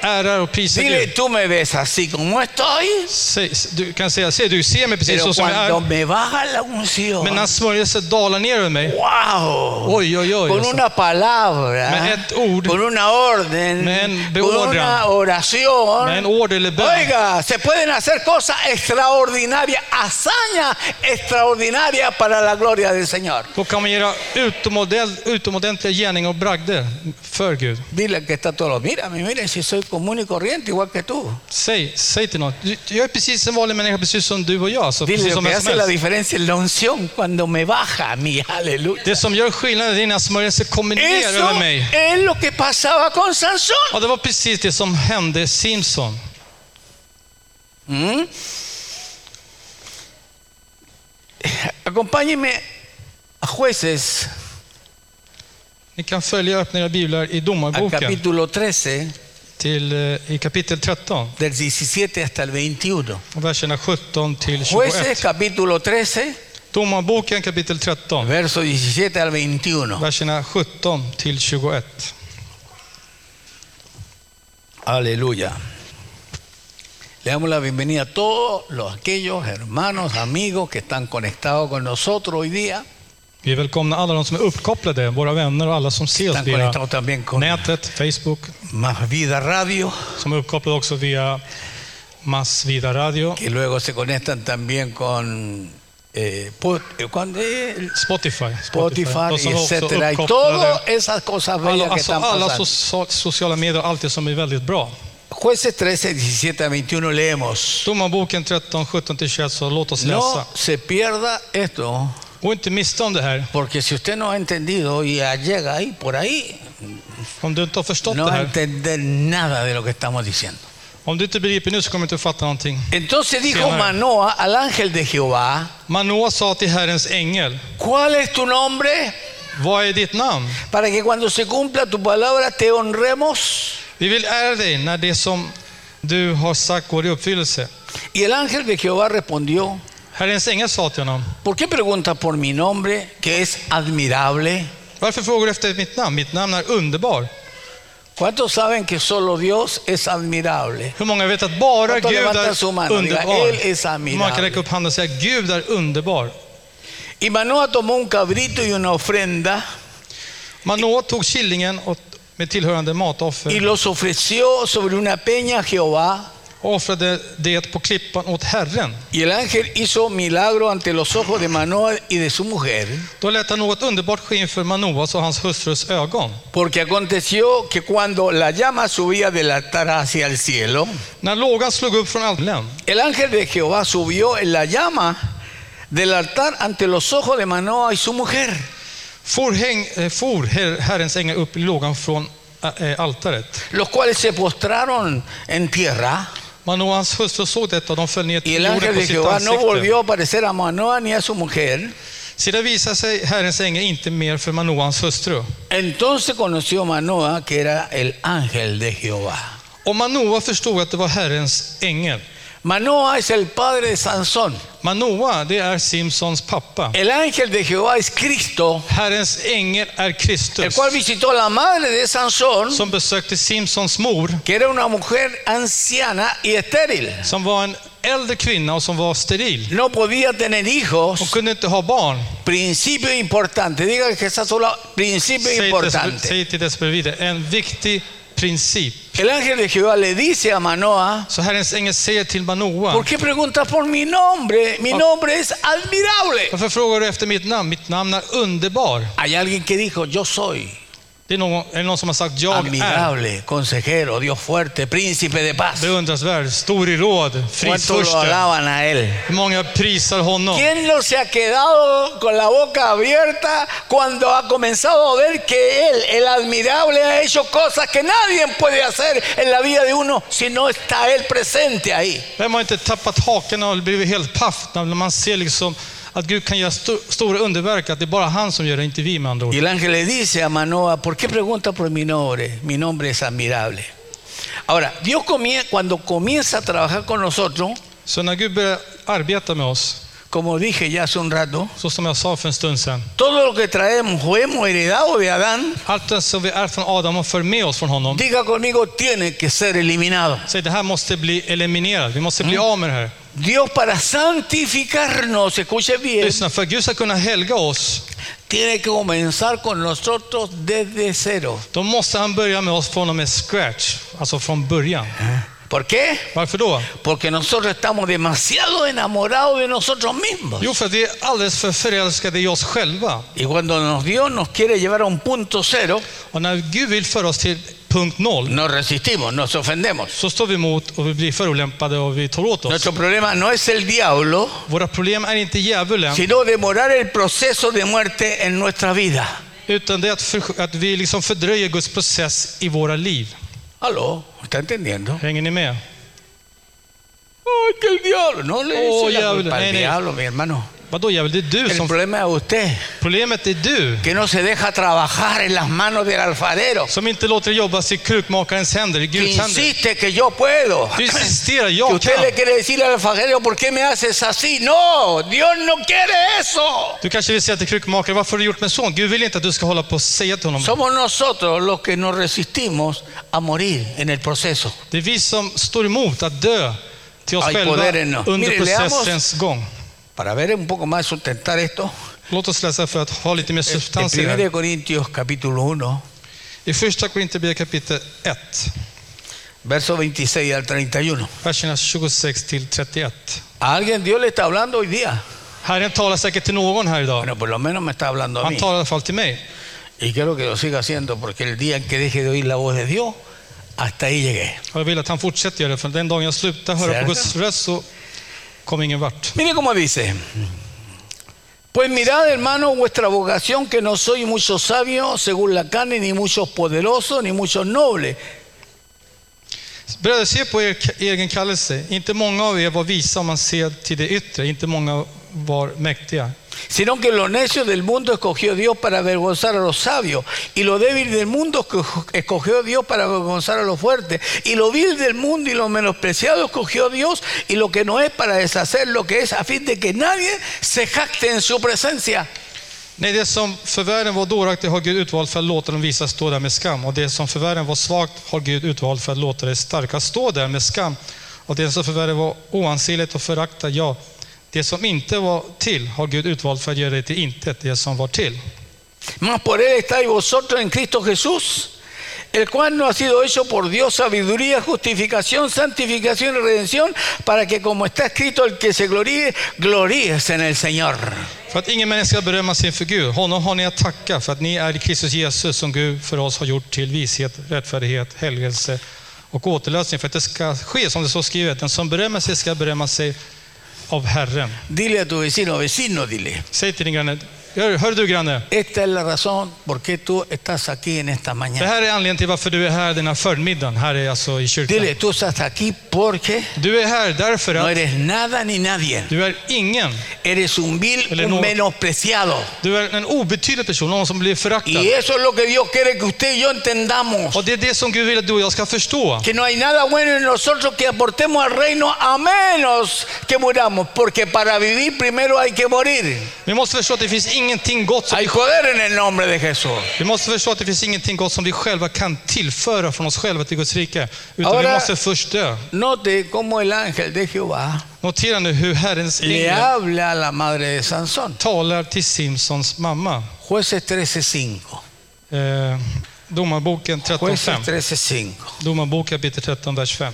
[SPEAKER 2] ärar och prisar
[SPEAKER 1] Dile,
[SPEAKER 2] Gud?
[SPEAKER 1] tú me ves así como estoy,
[SPEAKER 2] Säg- Du kan säga, se, du ser mig precis
[SPEAKER 1] pero
[SPEAKER 2] så som jag
[SPEAKER 1] cuando
[SPEAKER 2] är.
[SPEAKER 1] me baja la unción,
[SPEAKER 2] Men när smörjelsen dalar ner över mig,
[SPEAKER 1] wow,
[SPEAKER 2] oj, oj, oj.
[SPEAKER 1] con
[SPEAKER 2] Alltså.
[SPEAKER 1] una palabra,
[SPEAKER 2] Med ett ord.
[SPEAKER 1] con una orden,
[SPEAKER 2] Med en
[SPEAKER 1] con
[SPEAKER 2] beordran.
[SPEAKER 1] una oración,
[SPEAKER 2] Med en order eller bön.
[SPEAKER 1] oiga, se pueden hacer cosas extraordinarias, hazañas extraordinarias para la gloria del Señor.
[SPEAKER 2] Då kan man göra utomordent- utomordentliga gärningar och bragder för Gud.
[SPEAKER 1] Dile al que está todo, mírame, mire si soy común y corriente igual que tú.
[SPEAKER 2] Säg, säg till någon, "Du- jag är precis en vanlig människa, precis som du och jag. Alltså,
[SPEAKER 1] Dile
[SPEAKER 2] precis
[SPEAKER 1] lo
[SPEAKER 2] som
[SPEAKER 1] que
[SPEAKER 2] vem som
[SPEAKER 1] hace la
[SPEAKER 2] helst.
[SPEAKER 1] diferencia es la unción cuando me baja mi aleluya.
[SPEAKER 2] Det som gör skillnaden är när smörjelsen kommer ner
[SPEAKER 1] Eso
[SPEAKER 2] över mig.
[SPEAKER 1] es lo que pasaba con Sansón.
[SPEAKER 2] Ja, det var precis det som hände Simson.
[SPEAKER 1] ¿Mm? Acompáñeme a jueces,
[SPEAKER 2] Ni kan följa och öppna era biblar i
[SPEAKER 1] al
[SPEAKER 2] Domarboken
[SPEAKER 1] capítulo 13,
[SPEAKER 2] till, eh, i kapitel 13,
[SPEAKER 1] del 17 hasta el 21.
[SPEAKER 2] och verserna 17 till 21.
[SPEAKER 1] Jueces capítulo 13,
[SPEAKER 2] Domarboken kapitel 13,
[SPEAKER 1] verso 17 al 21.
[SPEAKER 2] verserna 17 till 21.
[SPEAKER 1] Aleluya. Le damos la bienvenida a todos los, aquellos hermanos, amigos que están conectados con nosotros hoy día.
[SPEAKER 2] Vi välkomnar alla de som är uppkopplade, våra vänner och alla som ser oss
[SPEAKER 1] Están
[SPEAKER 2] via
[SPEAKER 1] conectados también con
[SPEAKER 2] nätet, Facebook,
[SPEAKER 1] Más Vida Radio,
[SPEAKER 2] som är uppkopplade också via Massvida Radio,
[SPEAKER 1] que luego se conectan también con eh, pod- eh, con- eh,
[SPEAKER 2] Spotify.
[SPEAKER 1] Spotify,
[SPEAKER 2] De som är också
[SPEAKER 1] etcétera, y
[SPEAKER 2] uppkopplade.
[SPEAKER 1] todas esas cosas
[SPEAKER 2] Alla,
[SPEAKER 1] bellas que
[SPEAKER 2] alltså,
[SPEAKER 1] están
[SPEAKER 2] alla
[SPEAKER 1] pasando.
[SPEAKER 2] so sociala medier och allt det som är väldigt bra.
[SPEAKER 1] Jueces 13, 17 a 21 leemos.
[SPEAKER 2] Domarboken 13, 17-21, så låt oss läsa.
[SPEAKER 1] No se pierda esto,
[SPEAKER 2] Gå inte miste om det här.
[SPEAKER 1] porque si usted no ha entendido y llega ahí, por ahí,
[SPEAKER 2] Om du inte har förstått
[SPEAKER 1] no
[SPEAKER 2] det
[SPEAKER 1] vas a
[SPEAKER 2] här,
[SPEAKER 1] entender nada de lo que estamos diciendo.
[SPEAKER 2] om du inte begriper nu så kommer du inte att fatta någonting.
[SPEAKER 1] Entonces dijo
[SPEAKER 2] Sí, amén.
[SPEAKER 1] Manoa al ángel de Jehová,
[SPEAKER 2] Manoa sa till Herrens ängel,
[SPEAKER 1] ¿cuál es tu nombre?
[SPEAKER 2] vad är ditt namn?
[SPEAKER 1] Para que cuando se cumpla tu palabra te honremos.
[SPEAKER 2] Vi vill ära dig när det som du har sagt går i uppfyllelse.
[SPEAKER 1] Y el ángel de Jehová respondió,
[SPEAKER 2] Herrens ängel sa till honom,
[SPEAKER 1] ¿por qué preguntas por mi nombre, que es admirable?
[SPEAKER 2] varför frågar du efter mitt namn? Mitt namn är underbar.
[SPEAKER 1] ¿Cuántos saben que solo Dios es admirable?
[SPEAKER 2] Hur många vet att bara
[SPEAKER 1] Jag tar
[SPEAKER 2] Gud
[SPEAKER 1] levantar
[SPEAKER 2] är
[SPEAKER 1] su mano, diga, "Él es
[SPEAKER 2] underbar?
[SPEAKER 1] admirable."
[SPEAKER 2] Hur många kan räcka upp handen och säga Gud är underbar?
[SPEAKER 1] Y Manoa tomó un cabrito y una ofrenda
[SPEAKER 2] Manoa tog killingen och med tillhörande
[SPEAKER 1] y
[SPEAKER 2] matoffer
[SPEAKER 1] los ofreció sobre una peña a Jehová.
[SPEAKER 2] och offrade det på klippan åt Herren.
[SPEAKER 1] Y el ángel hizo milagro ante los ojos de Manoa y de su mujer,
[SPEAKER 2] Då lät han något underbart ske inför Manoas och hans hustrus ögon.
[SPEAKER 1] porque aconteció que cuando la llama subía del altar hacia el cielo,
[SPEAKER 2] När lågan slog upp från altanen
[SPEAKER 1] el ángel de Jehová subió en la llama del altar ante los ojos de Manoa y su mujer.
[SPEAKER 2] for, häng, eh, for her, Herrens ängel upp i lågan från eh, eh, altaret.
[SPEAKER 1] los cuales se postraron en tierra.
[SPEAKER 2] Manoa och hans hustru såg detta och de föll ner
[SPEAKER 1] Y
[SPEAKER 2] till
[SPEAKER 1] el
[SPEAKER 2] jorden
[SPEAKER 1] ángel
[SPEAKER 2] på
[SPEAKER 1] de
[SPEAKER 2] sitt
[SPEAKER 1] Jehová no
[SPEAKER 2] ansikte.
[SPEAKER 1] volvió a aparecer a Manoa ni a su mujer.
[SPEAKER 2] Sedan visade sig Herrens ängel inte mer för Manoa och hans hustru.
[SPEAKER 1] Entonces conoció Manoa que era el ángel de Jehová.
[SPEAKER 2] Och Manoa förstod att det var Herrens ängel.
[SPEAKER 1] Manoa es el padre de Sansón.
[SPEAKER 2] Manoa, det är Simsons pappa.
[SPEAKER 1] El ángel de Jehová es Cristo,
[SPEAKER 2] Herrens ängel är
[SPEAKER 1] el
[SPEAKER 2] Kristus
[SPEAKER 1] cual visitó a la madre de Sansón,
[SPEAKER 2] som besökte Simsons mor
[SPEAKER 1] que era una mujer anciana y estéril.
[SPEAKER 2] som var en äldre kvinna och som var steril.
[SPEAKER 1] No podía tener
[SPEAKER 2] Hon
[SPEAKER 1] hijos.
[SPEAKER 2] kunde inte ha barn.
[SPEAKER 1] Principio importante. Diga que está solo. Principio
[SPEAKER 2] Säg till dess-
[SPEAKER 1] importante.
[SPEAKER 2] Säg till dess bredvid dig. En viktig princip.
[SPEAKER 1] El ángel de Jehová le dice a Manoa,
[SPEAKER 2] Så Herrens ängel säger till Manoa.
[SPEAKER 1] ¿Por qué preguntas por mi nombre? Mi nombre es admirable.
[SPEAKER 2] Varför frågar du efter mitt namn? Mitt namn är underbar.
[SPEAKER 1] Hay alguien que dijo, yo soy
[SPEAKER 2] Det är någon, är det någon som har sagt jag är
[SPEAKER 1] admirable, consejero, Dios fuerte, príncipe de paz.
[SPEAKER 2] beundransvärd, stor i råd,
[SPEAKER 1] ¿Cuántos lo
[SPEAKER 2] fridfurste.
[SPEAKER 1] alaban a él?
[SPEAKER 2] Hur många prisar honom?
[SPEAKER 1] ¿Quién no se ha quedado con la boca abierta cuando ha comenzado a ver que él, el admirable, ha hecho cosas que nadie puede hacer en la vida de uno si no está él presente ahí?
[SPEAKER 2] Vem har inte tappat hakan och blivit helt paff när man ser liksom att Gud kan göra sto- stora underverk, att det är bara han som gör det, inte vi med andra ord.
[SPEAKER 1] Y el ángel le dice a Manoa, ¿por qué pregunta por mi nombre? Mi nombre es admirable. Ahora, Dios comie- cuando comienza a trabajar con nosotros,
[SPEAKER 2] Så när Gud börjar arbeta med oss,
[SPEAKER 1] como dije ya hace un rato,
[SPEAKER 2] så som jag sa för en stund sedan,
[SPEAKER 1] todo lo que traemos o hemos heredado de Adán,
[SPEAKER 2] allt det som vi är från Adam och för med oss från honom,
[SPEAKER 1] diga conmigo, tiene que ser eliminado.
[SPEAKER 2] säg det här måste bli eliminerat, vi måste bli av med det här.
[SPEAKER 1] Dios para santificarnos, escuche bien,
[SPEAKER 2] Lyssna, för att Gud ska kunna helga oss,
[SPEAKER 1] tiene que comenzar con nosotros desde cero.
[SPEAKER 2] då måste han börja med oss från och med scratch, alltså från början.
[SPEAKER 1] ¿Por qué?
[SPEAKER 2] Varför då?
[SPEAKER 1] Porque nosotros estamos demasiado enamorados de nosotros mismos.
[SPEAKER 2] Jo, för att vi är alldeles för förälskade i oss själva.
[SPEAKER 1] Y cuando nos Dios nos quiere llevar a un punto cero,
[SPEAKER 2] Och när Gud vill föra oss till punkt noll,
[SPEAKER 1] Nos resistimos, nos ofendemos.
[SPEAKER 2] så står vi emot och vi blir förolämpade och vi tar åt oss.
[SPEAKER 1] Nuestro problema no es el diablo,
[SPEAKER 2] Våra problem är inte djävulen,
[SPEAKER 1] sino demorar el proceso de muerte en nuestra vida.
[SPEAKER 2] utan det är att, för, att vi liksom fördröjer Guds process i våra liv.
[SPEAKER 1] Aló, ¿está entendiendo?
[SPEAKER 2] Hänger ni med?
[SPEAKER 1] ¡Ay, que el diablo! No le
[SPEAKER 2] Oh,
[SPEAKER 1] eche la
[SPEAKER 2] diablo,
[SPEAKER 1] culpa al
[SPEAKER 2] nene.
[SPEAKER 1] diablo, mi hermano.
[SPEAKER 2] Vadå djävul? Det är du
[SPEAKER 1] El
[SPEAKER 2] som...
[SPEAKER 1] problema es usted,
[SPEAKER 2] Problemet är du
[SPEAKER 1] que no se deja trabajar en las manos del alfarero,
[SPEAKER 2] som inte låter det jobbas i krukmakarens händer, i
[SPEAKER 1] que
[SPEAKER 2] Guds händer.
[SPEAKER 1] insiste que yo puedo.
[SPEAKER 2] Du insisterar,
[SPEAKER 1] Que
[SPEAKER 2] jag
[SPEAKER 1] usted
[SPEAKER 2] kan.
[SPEAKER 1] le quiere decir al alfarero, ¿por qué me haces así? No, Dios no quiere eso.
[SPEAKER 2] Du kanske vill säga till krukmakaren, varför har du gjort mig så? Gud vill inte att du ska hålla på och säga till honom.
[SPEAKER 1] Somos nosotros los que nos resistimos a morir en el proceso.
[SPEAKER 2] Det är vi som står emot att dö till oss
[SPEAKER 1] Aj,
[SPEAKER 2] själva
[SPEAKER 1] poderen no.
[SPEAKER 2] under
[SPEAKER 1] Mire, leamos.
[SPEAKER 2] processens gång.
[SPEAKER 1] Para ver un poco más sustentar esto,
[SPEAKER 2] Låt oss läsa för att ha lite mer substans i det
[SPEAKER 1] en 1
[SPEAKER 2] här.
[SPEAKER 1] de Corintios capítulo 1,
[SPEAKER 2] I första Korinthierbrevet kapitel 1,
[SPEAKER 1] verso 26 al 31.
[SPEAKER 2] verserna 26 till 31.
[SPEAKER 1] A alguien Dios le está hablando hoy día.
[SPEAKER 2] Herren talar säkert till någon här idag.
[SPEAKER 1] Bueno, por lo menos me está hablando a
[SPEAKER 2] Han
[SPEAKER 1] mí.
[SPEAKER 2] talar i alla fall till mig.
[SPEAKER 1] Y quiero que lo siga haciendo porque el día en que deje de oír la voz de Dios, hasta ahí llegué.
[SPEAKER 2] Och jag vill att han fortsätter göra det, för den dagen jag slutar höra på Guds röst så kommer ingen vart.
[SPEAKER 1] Mire cómo dice. Pues mirad, hermanos, vuestra vocación, que no soy muchos sabios según la carne, ni muchos poderosos, ni muchos nobles.
[SPEAKER 2] Bröder, se på er k- egen kallelse. Inte många av er var visa om man ser till det yttre, inte många var mäktiga.
[SPEAKER 1] sino que los necios del mundo escogió Dios para avergonzar a los sabios, y lo débil del mundo esco- escogió Dios para avergonzar a los fuertes, y lo vil del mundo y lo menospreciado escogió Dios, y lo que no es para deshacer lo que es, a fin de que nadie se jacte en su presencia.
[SPEAKER 2] Nej, det som för världen var dåraktigt har Gud utvalt för att låta dem visa stå där med skam. Och det som för världen var svagt har Gud utvalt för att låta det starka stå där med skam. Och det som för världen var oansenligt och föraktat, ja, det som inte var till har Gud utvalt för att göra det till intet, det som var till.
[SPEAKER 1] Mas por él estáis vosotros en Cristo Jesús, el cual no ha sido hecho por Dios sabiduría, justificación, santificación y redención, para que como está escrito, el que se gloríe, gloríese en el Señor.
[SPEAKER 2] För att ingen människa ska berömma sin figur, honom har ni att tacka för att ni är i Kristus Jesus som Gud för oss har gjort till vishet, rättfärdighet, helgelse och återlösning. För att det ska ske som det står skrivet, den som berömmer sig ska berömma sig av Herren.
[SPEAKER 1] Dile a tu vecino, vecino, dile.
[SPEAKER 2] Säg till din granne, hör, hör du granne,
[SPEAKER 1] Esta es la razón por qué tú estás aquí en esta
[SPEAKER 2] det
[SPEAKER 1] mañana.
[SPEAKER 2] här är anledningen till varför du är här den här förmiddagen, här är alltså i kyrkan.
[SPEAKER 1] Dile, tú estás aquí porque
[SPEAKER 2] Du är här därför
[SPEAKER 1] no
[SPEAKER 2] att
[SPEAKER 1] eres nada ni nadie.
[SPEAKER 2] du är ingen,
[SPEAKER 1] Eres un vil,
[SPEAKER 2] Él es
[SPEAKER 1] un
[SPEAKER 2] no-
[SPEAKER 1] menospreciado.
[SPEAKER 2] du är en obetydlig person, någon som blir föraktad.
[SPEAKER 1] Y eso es lo que Dios quiere que usted y yo entendamos.
[SPEAKER 2] Och det är det som Gud vill att du och jag ska förstå.
[SPEAKER 1] Que no hay nada bueno en nosotros que aportemos al reino a menos que muramos. Porque para vivir primero hay que morir.
[SPEAKER 2] Vi måste förstå att det finns ingenting gott som
[SPEAKER 1] Hay joder en el nombre de Jesús.
[SPEAKER 2] Vi måste förstå att det finns ingenting gott som vi själva kan tillföra från oss själva till Guds rike. Utan
[SPEAKER 1] Ahora-
[SPEAKER 2] vi måste först dö.
[SPEAKER 1] Note cómo el ángel de Jehová
[SPEAKER 2] Notera nu hur Herrens
[SPEAKER 1] le
[SPEAKER 2] ängel
[SPEAKER 1] habla a la madre de Sansón.
[SPEAKER 2] talar till Simpsons mamma.
[SPEAKER 1] Jueces 13.5.
[SPEAKER 2] Eh, Domarboken
[SPEAKER 1] Jueces
[SPEAKER 2] 13.5.
[SPEAKER 1] 13.5.
[SPEAKER 2] Domarboken kapitel 13, vers 5.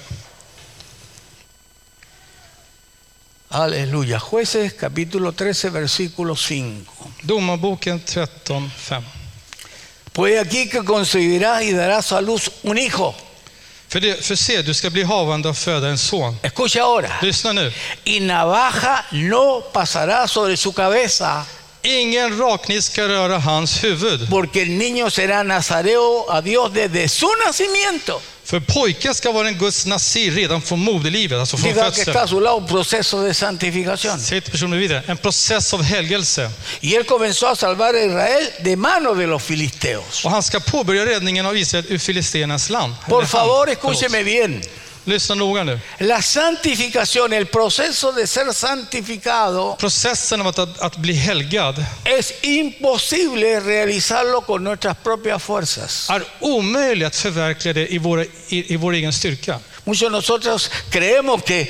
[SPEAKER 1] Aleluya. Jueces capítulo 13, versículo 5.
[SPEAKER 2] Domarboken 13, 5.
[SPEAKER 1] Pues aquí que concebirás y darás a luz un hijo.
[SPEAKER 2] För, det, för se, du ska bli havande och föda en son.
[SPEAKER 1] Escucha ahora.
[SPEAKER 2] Lyssna nu.
[SPEAKER 1] Y navaja no pasará sobre su cabeza,
[SPEAKER 2] Ingen rakniv ska röra hans huvud.
[SPEAKER 1] porque el niño será nazareo a Dios desde su nacimiento.
[SPEAKER 2] För pojken ska vara en Guds nazir redan från moderlivet, alltså från
[SPEAKER 1] Diga que está a
[SPEAKER 2] födseln.
[SPEAKER 1] su lado un proceso de santificación.
[SPEAKER 2] Säg till personen vidare. En process av helgelse.
[SPEAKER 1] Y él comenzó a salvar a Israel de mano de los filisteos.
[SPEAKER 2] Och han ska påbörja räddningen av Israel ur filisternas land.
[SPEAKER 1] Por
[SPEAKER 2] Eller han,
[SPEAKER 1] favor,
[SPEAKER 2] förlåt.
[SPEAKER 1] escúcheme bien.
[SPEAKER 2] Lyssna noga nu.
[SPEAKER 1] La santificación, el proceso de ser santificado,
[SPEAKER 2] Processen av att, att, att bli helgad
[SPEAKER 1] es imposible realizarlo con nuestras propias fuerzas.
[SPEAKER 2] är omöjlig att förverkliga det i, våra, i, i vår egen styrka.
[SPEAKER 1] Muchos de nosotros creemos que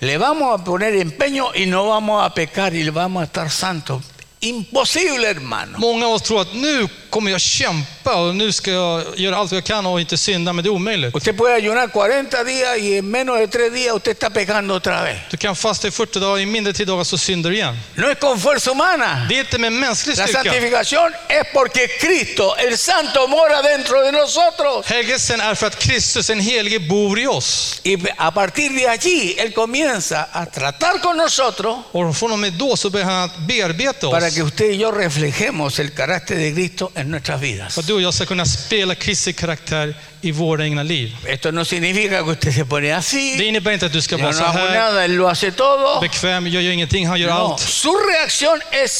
[SPEAKER 1] le vamos a poner empeño y no vamos a pecar y vamos a estar santos. Imposible, hermano.
[SPEAKER 2] Många av oss tror att nu kommer jag kämpa och nu ska jag göra allt jag kan och inte synda, men det är omöjligt.
[SPEAKER 1] Usted puede ayunar 40 días y en menos de 3 días usted está pecando otra vez.
[SPEAKER 2] Du kan fasta i 40 dagar, i mindre 10 dagar så syndar du igen.
[SPEAKER 1] No es con fuerza humana.
[SPEAKER 2] Det är inte med mänsklig
[SPEAKER 1] La
[SPEAKER 2] styrka.
[SPEAKER 1] santificación es porque Cristo, el Santo, mora dentro de nosotros.
[SPEAKER 2] Helgelsen är för att Kristus, den helige, bor i oss.
[SPEAKER 1] Y a partir de allí, Él comienza a tratar con nosotros
[SPEAKER 2] Och från och med då så börjar han att bearbeta oss.
[SPEAKER 1] para que usted y yo reflejemos el carácter de Cristo en nuestras vidas.
[SPEAKER 2] För att du och jag ska kunna spela Kristi karaktär i våra egna liv.
[SPEAKER 1] Esto no significa que usted se pone
[SPEAKER 2] Det
[SPEAKER 1] así,
[SPEAKER 2] innebär inte att du ska
[SPEAKER 1] yo
[SPEAKER 2] vara
[SPEAKER 1] no
[SPEAKER 2] så
[SPEAKER 1] hago
[SPEAKER 2] här
[SPEAKER 1] nada, Él lo hace todo.
[SPEAKER 2] bekväm, jag gör ingenting, han gör
[SPEAKER 1] No,
[SPEAKER 2] allt.
[SPEAKER 1] su reacción es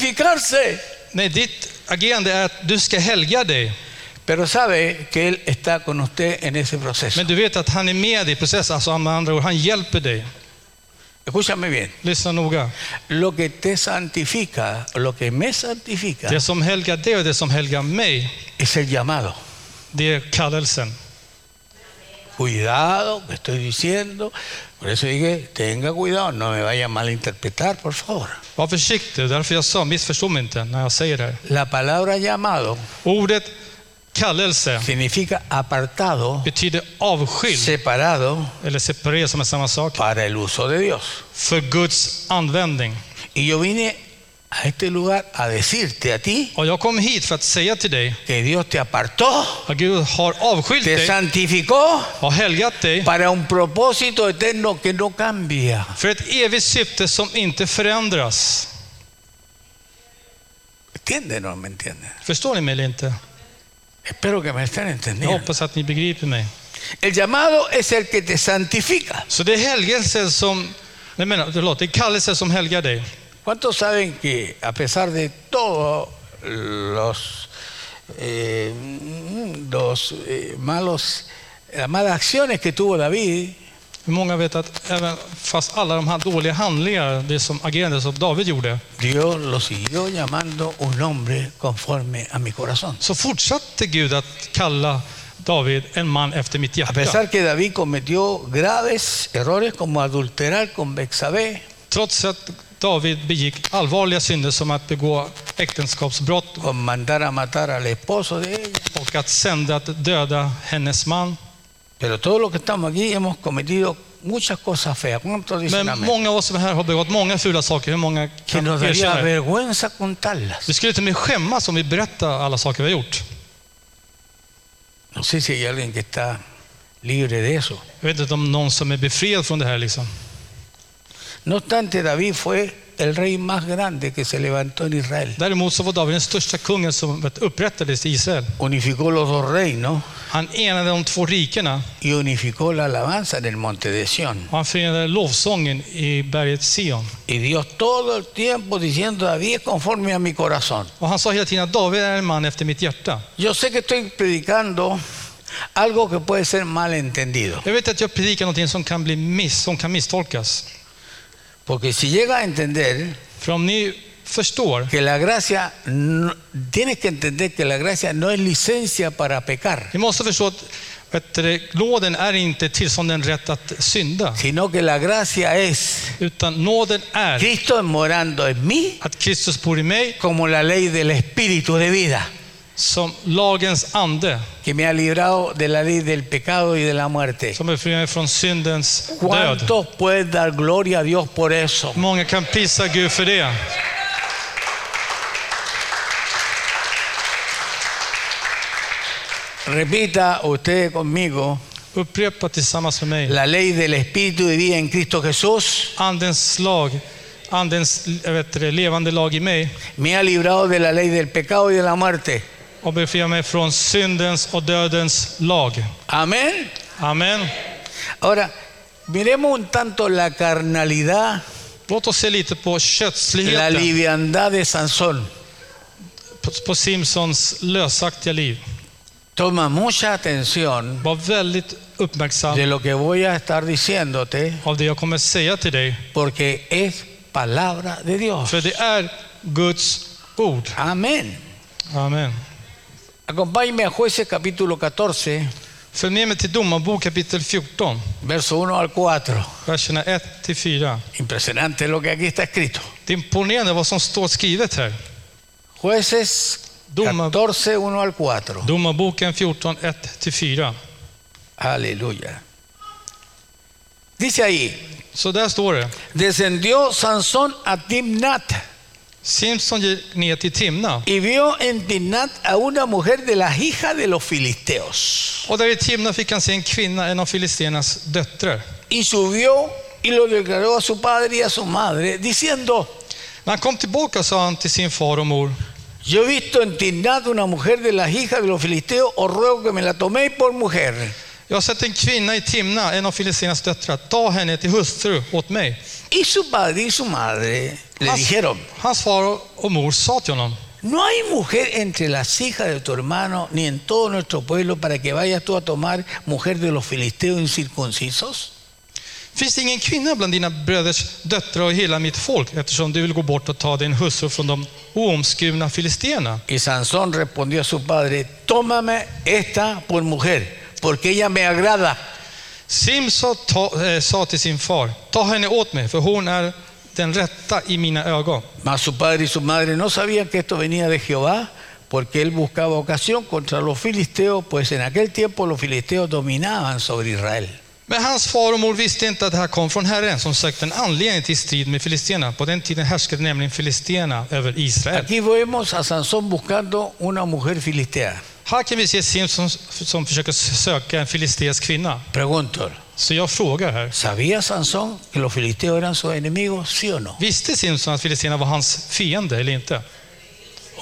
[SPEAKER 1] santificarse.
[SPEAKER 2] Nej, ditt agerande är att du ska helga dig.
[SPEAKER 1] Pero sabe que Él está con usted en ese proceso.
[SPEAKER 2] Men du vet att han är med dig i processen, alltså med andra ord, han hjälper dig.
[SPEAKER 1] Escúchame bien,
[SPEAKER 2] Lyssna noga.
[SPEAKER 1] lo que te santifica, lo que me santifica,
[SPEAKER 2] Det som helgar dig och det som helgar mig,
[SPEAKER 1] es el llamado.
[SPEAKER 2] det är kallelsen.
[SPEAKER 1] Cuidado, que estoy diciendo. Por eso dije, tenga cuidado, no me vaya a malinterpretar, por favor.
[SPEAKER 2] Var försiktig, därför jag sa, missförstå mig inte när jag säger det här.
[SPEAKER 1] La palabra llamado
[SPEAKER 2] Ordet kallelse
[SPEAKER 1] significa apartado,
[SPEAKER 2] betyder avskild,
[SPEAKER 1] separado
[SPEAKER 2] eller separerad som är samma sak,
[SPEAKER 1] para el uso de Dios.
[SPEAKER 2] för Guds användning.
[SPEAKER 1] Y yo vine a este lugar a decirte a ti
[SPEAKER 2] Och jag kom hit för att säga till dig
[SPEAKER 1] que Dios te apartó,
[SPEAKER 2] att Gud har avskilt
[SPEAKER 1] te
[SPEAKER 2] dig,
[SPEAKER 1] santificó
[SPEAKER 2] har helgat dig
[SPEAKER 1] para un propósito eterno que no cambia.
[SPEAKER 2] för ett evigt syfte som inte förändras.
[SPEAKER 1] entienden o no me entienden?
[SPEAKER 2] Förstår ni mig eller inte?
[SPEAKER 1] Espero que me estén
[SPEAKER 2] Jag
[SPEAKER 1] entendiendo.
[SPEAKER 2] hoppas att ni begriper mig.
[SPEAKER 1] El llamado es el que te santifica.
[SPEAKER 2] Så det är helgelse som... Nej, men, förlåt, det är kallelse som helgar dig.
[SPEAKER 1] ¿Cuántos saben que a pesar de todos los, eh, los eh, malos, las malas acciones que tuvo David,
[SPEAKER 2] Hur många vet att även fast alla de här dåliga handlingar, det som agerande som David gjorde,
[SPEAKER 1] Dios lo siguió llamando un hombre conforme a mi corazón?
[SPEAKER 2] så fortsatte Gud att kalla David en man efter mitt
[SPEAKER 1] A
[SPEAKER 2] hjärta.
[SPEAKER 1] pesar que David cometió graves errores como adulterar con Bexabé,
[SPEAKER 2] Trots att David begick allvarliga synder som att begå äktenskapsbrott
[SPEAKER 1] con mandar a matar al esposo de ella,
[SPEAKER 2] och att sända att döda hennes man.
[SPEAKER 1] pero todos los que estamos aquí hemos cometido muchas cosas feas. ¿Cuántos dicen
[SPEAKER 2] Men
[SPEAKER 1] amén?
[SPEAKER 2] många av oss som är här har begått många fula saker. Hur många
[SPEAKER 1] Que
[SPEAKER 2] kan
[SPEAKER 1] nos daría
[SPEAKER 2] erkänna det?
[SPEAKER 1] vergüenza contarlas.
[SPEAKER 2] Vi skulle till och med skämmas om vi berättar alla saker vi har gjort.
[SPEAKER 1] No sé si hay alguien que está libre de eso.
[SPEAKER 2] Jag vet inte om någon som är befriad från det här. Liksom.
[SPEAKER 1] No obstante, David fue el rey más grande que se levantó en Israel.
[SPEAKER 2] Däremot så var David den största kungen som vet, upprättades i Israel.
[SPEAKER 1] Unificó los dos reinos
[SPEAKER 2] Han enade de två rikena
[SPEAKER 1] y unificó la alabanza en el monte de Sión.
[SPEAKER 2] och han förenade lovsången i berget Sion.
[SPEAKER 1] Y Dios todo el tiempo diciendo, David es conforme a mi corazón.
[SPEAKER 2] Och han sa hela tiden att David är en man efter mitt hjärta.
[SPEAKER 1] Yo sé que estoy predicando algo que puede ser mal entendido.
[SPEAKER 2] Jag vet att jag predikar någonting som kan, bli miss, som kan misstolkas.
[SPEAKER 1] Porque si llega a entender
[SPEAKER 2] För om ni förstår
[SPEAKER 1] que la gracia, no- tienes que entender que la gracia no es licencia para pecar,
[SPEAKER 2] Vi måste förstå att vet du, det, nåden är inte tillstånden rätt att synda,
[SPEAKER 1] sino que la gracia es
[SPEAKER 2] utan nåden är
[SPEAKER 1] Cristo morando en mí
[SPEAKER 2] att Kristus bor i mig
[SPEAKER 1] como la ley del espíritu de vida,
[SPEAKER 2] som lagens ande,
[SPEAKER 1] que me ha librado de la ley del pecado y de la muerte.
[SPEAKER 2] som befriar mig från syndens död.
[SPEAKER 1] ¿Cuántos pueden dar gloria a Dios por eso?
[SPEAKER 2] Många kan prisa Gud för det.
[SPEAKER 1] Repita usted conmigo,
[SPEAKER 2] Upprepa tillsammans med mig.
[SPEAKER 1] la ley del espíritu de vida en Cristo Jesús
[SPEAKER 2] Andens lag, andens jag vet du, levande lag i mig
[SPEAKER 1] me ha librado de la ley del pecado y de la muerte.
[SPEAKER 2] och befriar mig från syndens och dödens lag.
[SPEAKER 1] Amén.
[SPEAKER 2] Amen.
[SPEAKER 1] Ahora, miremos un tanto la carnalidad,
[SPEAKER 2] Låt oss se lite på
[SPEAKER 1] la
[SPEAKER 2] kötsligheten,
[SPEAKER 1] liviandad de Sansón.
[SPEAKER 2] på, på Simpsons lösaktiga liv.
[SPEAKER 1] Toma mucha atención
[SPEAKER 2] Var väldigt uppmärksam
[SPEAKER 1] de lo que voy a estar diciéndote.
[SPEAKER 2] av det jag kommer säga till dig.
[SPEAKER 1] porque es palabra de Dios.
[SPEAKER 2] För det är Guds ord.
[SPEAKER 1] Amén.
[SPEAKER 2] Amen.
[SPEAKER 1] Acompáñeme a Jueces capítulo 14,
[SPEAKER 2] Följ med mig till Domarbok kapitel 14,
[SPEAKER 1] verso 1 al 4.
[SPEAKER 2] verserna 1-4.
[SPEAKER 1] Impresionante lo que aquí está escrito.
[SPEAKER 2] Det är imponerande vad som står skrivet här.
[SPEAKER 1] Jueces
[SPEAKER 2] Duma-
[SPEAKER 1] 14, 1 al 4.
[SPEAKER 2] Domarboken 14, 1-4.
[SPEAKER 1] Aleluya. Dice ahí,
[SPEAKER 2] Så där står det.
[SPEAKER 1] descendió Sansón a Timnat
[SPEAKER 2] Simson gick ner till Timna.
[SPEAKER 1] y vio en Timnat a una mujer de las hijas de los filisteos.
[SPEAKER 2] Och där i Timna fick han se en kvinna, en av filisternas döttrar.
[SPEAKER 1] Y subió y lo declaró a su padre y a su madre, diciendo,
[SPEAKER 2] När han kom tillbaka sa han till sin far och mor.
[SPEAKER 1] Yo he visto en Timnat una mujer de las hijas de los filisteos, os ruego que me la toméis por mujer.
[SPEAKER 2] Jag har sett en kvinna i Timna, en av filisternas döttrar. Ta henne till hustru åt mig.
[SPEAKER 1] Y su padre y su madre le
[SPEAKER 2] Hans-
[SPEAKER 1] dijeron,
[SPEAKER 2] Hans far och mor sa till honom,
[SPEAKER 1] no hay mujer entre las hijas de tu hermano ni en todo nuestro pueblo para que vayas tú a tomar mujer de los filisteos incircuncisos.
[SPEAKER 2] finns det ingen kvinna bland dina bröders döttrar och hela mitt folk eftersom du vill gå bort och ta din hustru från de oomskurna filisterna?
[SPEAKER 1] Y Sansón respondió a su padre, tómame esta por mujer, porque ella me agrada.
[SPEAKER 2] Simsa ta, eh, sa till sin far, ta henne åt mig för hon är den rätta i mina ögon.
[SPEAKER 1] Mas su padre y su madre no sabían que esto venía de Jehová, porque él buscaba ocasión contra los filisteos, pues en aquel tiempo los filisteos dominaban sobre Israel.
[SPEAKER 2] Men hans far och mor visste inte att det här kom från Herren som sökte en anledning till strid med filisterna. På den tiden härskade nämligen filisterna över Israel.
[SPEAKER 1] Aquí vemos a Sansón buscando una mujer filistea.
[SPEAKER 2] Här kan vi se Simson som försöker söka en filisteisk kvinna.
[SPEAKER 1] Pregunto,
[SPEAKER 2] Så jag frågar här.
[SPEAKER 1] ¿sabía Sansón que los filisteos eran sus enemigos, sí o no?
[SPEAKER 2] Visste Simson att filisterna var hans fiende eller inte?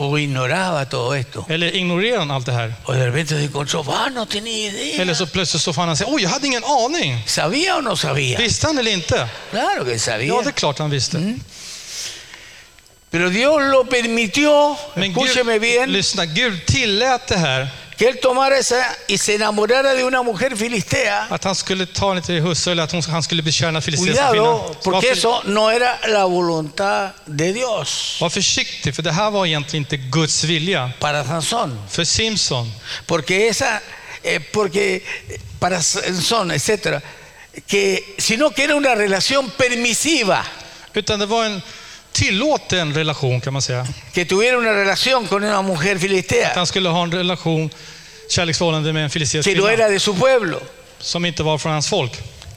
[SPEAKER 1] o ignoraba todo esto.
[SPEAKER 2] Eller ignorerar han allt det här?
[SPEAKER 1] O de repente se encontró, ah, no tenía idea.
[SPEAKER 2] Eller så plötsligt så får han säga, oj, jag hade ingen aning.
[SPEAKER 1] ¿Sabía o no sabía?
[SPEAKER 2] Visste han eller inte?
[SPEAKER 1] Claro que sabía.
[SPEAKER 2] Ja, Mm. det är klart han visste.
[SPEAKER 1] Pero Dios lo permitió,
[SPEAKER 2] Men Gud,
[SPEAKER 1] escúcheme bien,
[SPEAKER 2] lyssna, Gud tillät det här,
[SPEAKER 1] que él tomara esa y se enamorara de una mujer filistea.
[SPEAKER 2] att han skulle ta henne till husse eller att hon, han skulle betjäna filistiska
[SPEAKER 1] Cuidado, porque
[SPEAKER 2] kvinnan.
[SPEAKER 1] eso no era la voluntad de Dios
[SPEAKER 2] Var försiktig, för det här var egentligen inte Guds vilja.
[SPEAKER 1] para Sansón.
[SPEAKER 2] För Simson,
[SPEAKER 1] Porque esa, eh, porque para Sansón, etcétera, que, sino que era una relación permisiva,
[SPEAKER 2] utan det var en tillåten relation kan man säga.
[SPEAKER 1] que tuviera una relación con una mujer
[SPEAKER 2] Att
[SPEAKER 1] filistea,
[SPEAKER 2] han skulle ha en relation, kärleksförhållande med en filistisk
[SPEAKER 1] que no
[SPEAKER 2] kvinna
[SPEAKER 1] era de su pueblo.
[SPEAKER 2] som inte var från hans folk.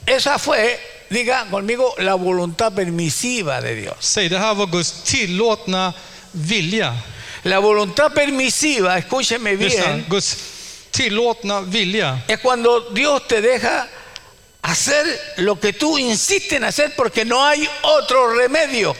[SPEAKER 1] Esa fue, diga conmigo, la voluntad permisiva de Dios.
[SPEAKER 2] Säg, det här var Guds tillåtna vilja.
[SPEAKER 1] La voluntad permisiva, escúcheme
[SPEAKER 2] Lyssna,
[SPEAKER 1] bien,
[SPEAKER 2] Guds tillåtna vilja.
[SPEAKER 1] es cuando Dios te deja hacer lo que tú insistes en hacer porque no hay otro remedio.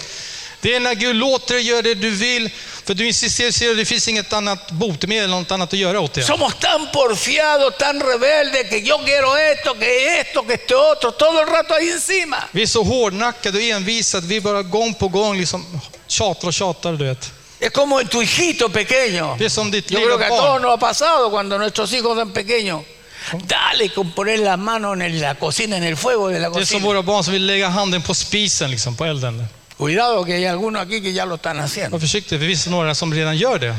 [SPEAKER 2] Det är när Gud låter dig göra det du vill, för du insisterar säger att det finns inget annat botemedel eller något annat att göra åt det.
[SPEAKER 1] Somos tan porfiados, tan rebeldes, que yo quiero esto, que esto, que este otro, todo el rato ahí encima.
[SPEAKER 2] Vi är så hårdnackade och envisa att vi bara gång på gång liksom tjatar och tjatar, du vet.
[SPEAKER 1] Es como tu hijito pequeño.
[SPEAKER 2] Det är som ditt
[SPEAKER 1] Yo
[SPEAKER 2] lilla
[SPEAKER 1] creo que a todos
[SPEAKER 2] barn.
[SPEAKER 1] nos ha pasado cuando nuestros hijos son pequeños. Dale con poner la mano en el- la cocina, en el fuego de la
[SPEAKER 2] Det är som
[SPEAKER 1] cocina.
[SPEAKER 2] våra barn som vill lägga handen på spisen, liksom, på elden.
[SPEAKER 1] Cuidado que hay algunos aquí que ya lo están haciendo.
[SPEAKER 2] Var försiktig, för vi ser några som redan gör det.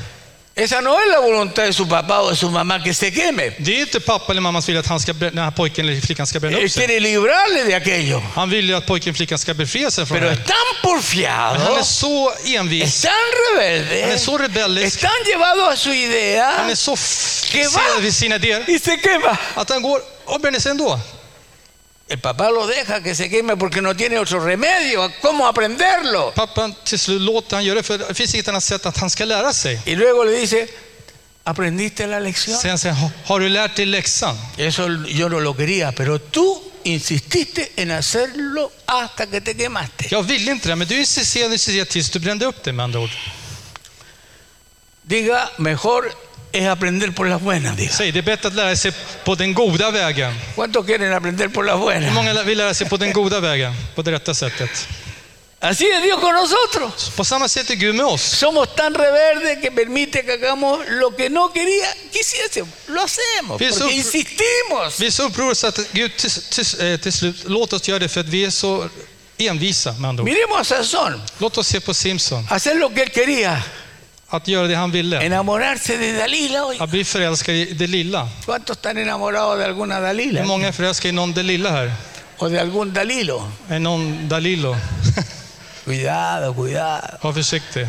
[SPEAKER 1] Esa no es la voluntad de su papá o de su mamá que se queme.
[SPEAKER 2] Det är inte pappa eller mammas vilja att han ska, brä- den här pojken eller flickan ska bränna upp
[SPEAKER 1] Él
[SPEAKER 2] sig.
[SPEAKER 1] quiere librarle de aquello.
[SPEAKER 2] Han vill ju att pojken eller flickan ska befria sig från
[SPEAKER 1] Pero
[SPEAKER 2] det
[SPEAKER 1] es
[SPEAKER 2] här.
[SPEAKER 1] tan
[SPEAKER 2] Men Han är
[SPEAKER 1] porfiado,
[SPEAKER 2] så envis,
[SPEAKER 1] es tan
[SPEAKER 2] han är
[SPEAKER 1] rebelde,
[SPEAKER 2] så
[SPEAKER 1] es
[SPEAKER 2] rebellisk,
[SPEAKER 1] tan llevado a su idea
[SPEAKER 2] han är så fixerad vid sina idéer
[SPEAKER 1] y se quema.
[SPEAKER 2] att han går och bränner sig ändå.
[SPEAKER 1] El papá lo deja que se queme porque no tiene otro remedio. ¿Cómo aprenderlo?
[SPEAKER 2] Pappan till slut låter han göra det, för det finns inget annat sätt att han ska lära sig.
[SPEAKER 1] Y luego le dice, ¿aprendiste la lección?
[SPEAKER 2] Sen säger han, har du lärt dig läxan?
[SPEAKER 1] Eso yo no lo quería, pero tú insististe en hacerlo hasta que te quemaste.
[SPEAKER 2] Jag ville inte det, men du insisterade och insisterade tills du brände upp det med andra ord.
[SPEAKER 1] Diga, mejor es aprender por las buenas, diga.
[SPEAKER 2] Säg, det är bättre att lära sig på den goda vägen.
[SPEAKER 1] ¿Cuántos quieren aprender por las
[SPEAKER 2] Hur
[SPEAKER 1] buenas?
[SPEAKER 2] många vill lära sig på den goda vägen, på det rätta sättet?
[SPEAKER 1] Así es Dios con nosotros.
[SPEAKER 2] På samma sätt är Gud med oss.
[SPEAKER 1] Somos tan rebeldes que permite que hagamos lo que no quería, quisiésemos. Lo hacemos,
[SPEAKER 2] Jesús-
[SPEAKER 1] porque insistimos.
[SPEAKER 2] Vi är så upproriska så att Gud till, till, eh, till slut låt oss göra det för att vi är så envisa med andra ord.
[SPEAKER 1] Miremos a Sansón,
[SPEAKER 2] Låt oss se på Simpson,
[SPEAKER 1] hacer lo que él quería,
[SPEAKER 2] att göra det han ville.
[SPEAKER 1] enamorarse de Dalila hoy.
[SPEAKER 2] Att bli förälskad i det lilla.
[SPEAKER 1] ¿Cuántos están enamorados de alguna
[SPEAKER 2] Hur
[SPEAKER 1] Dalila?
[SPEAKER 2] många är förälskade i någon det lilla här?
[SPEAKER 1] O de algún Dalilo.
[SPEAKER 2] Är någon Dalilo?
[SPEAKER 1] Cuidado, cuidado.
[SPEAKER 2] Var försiktig.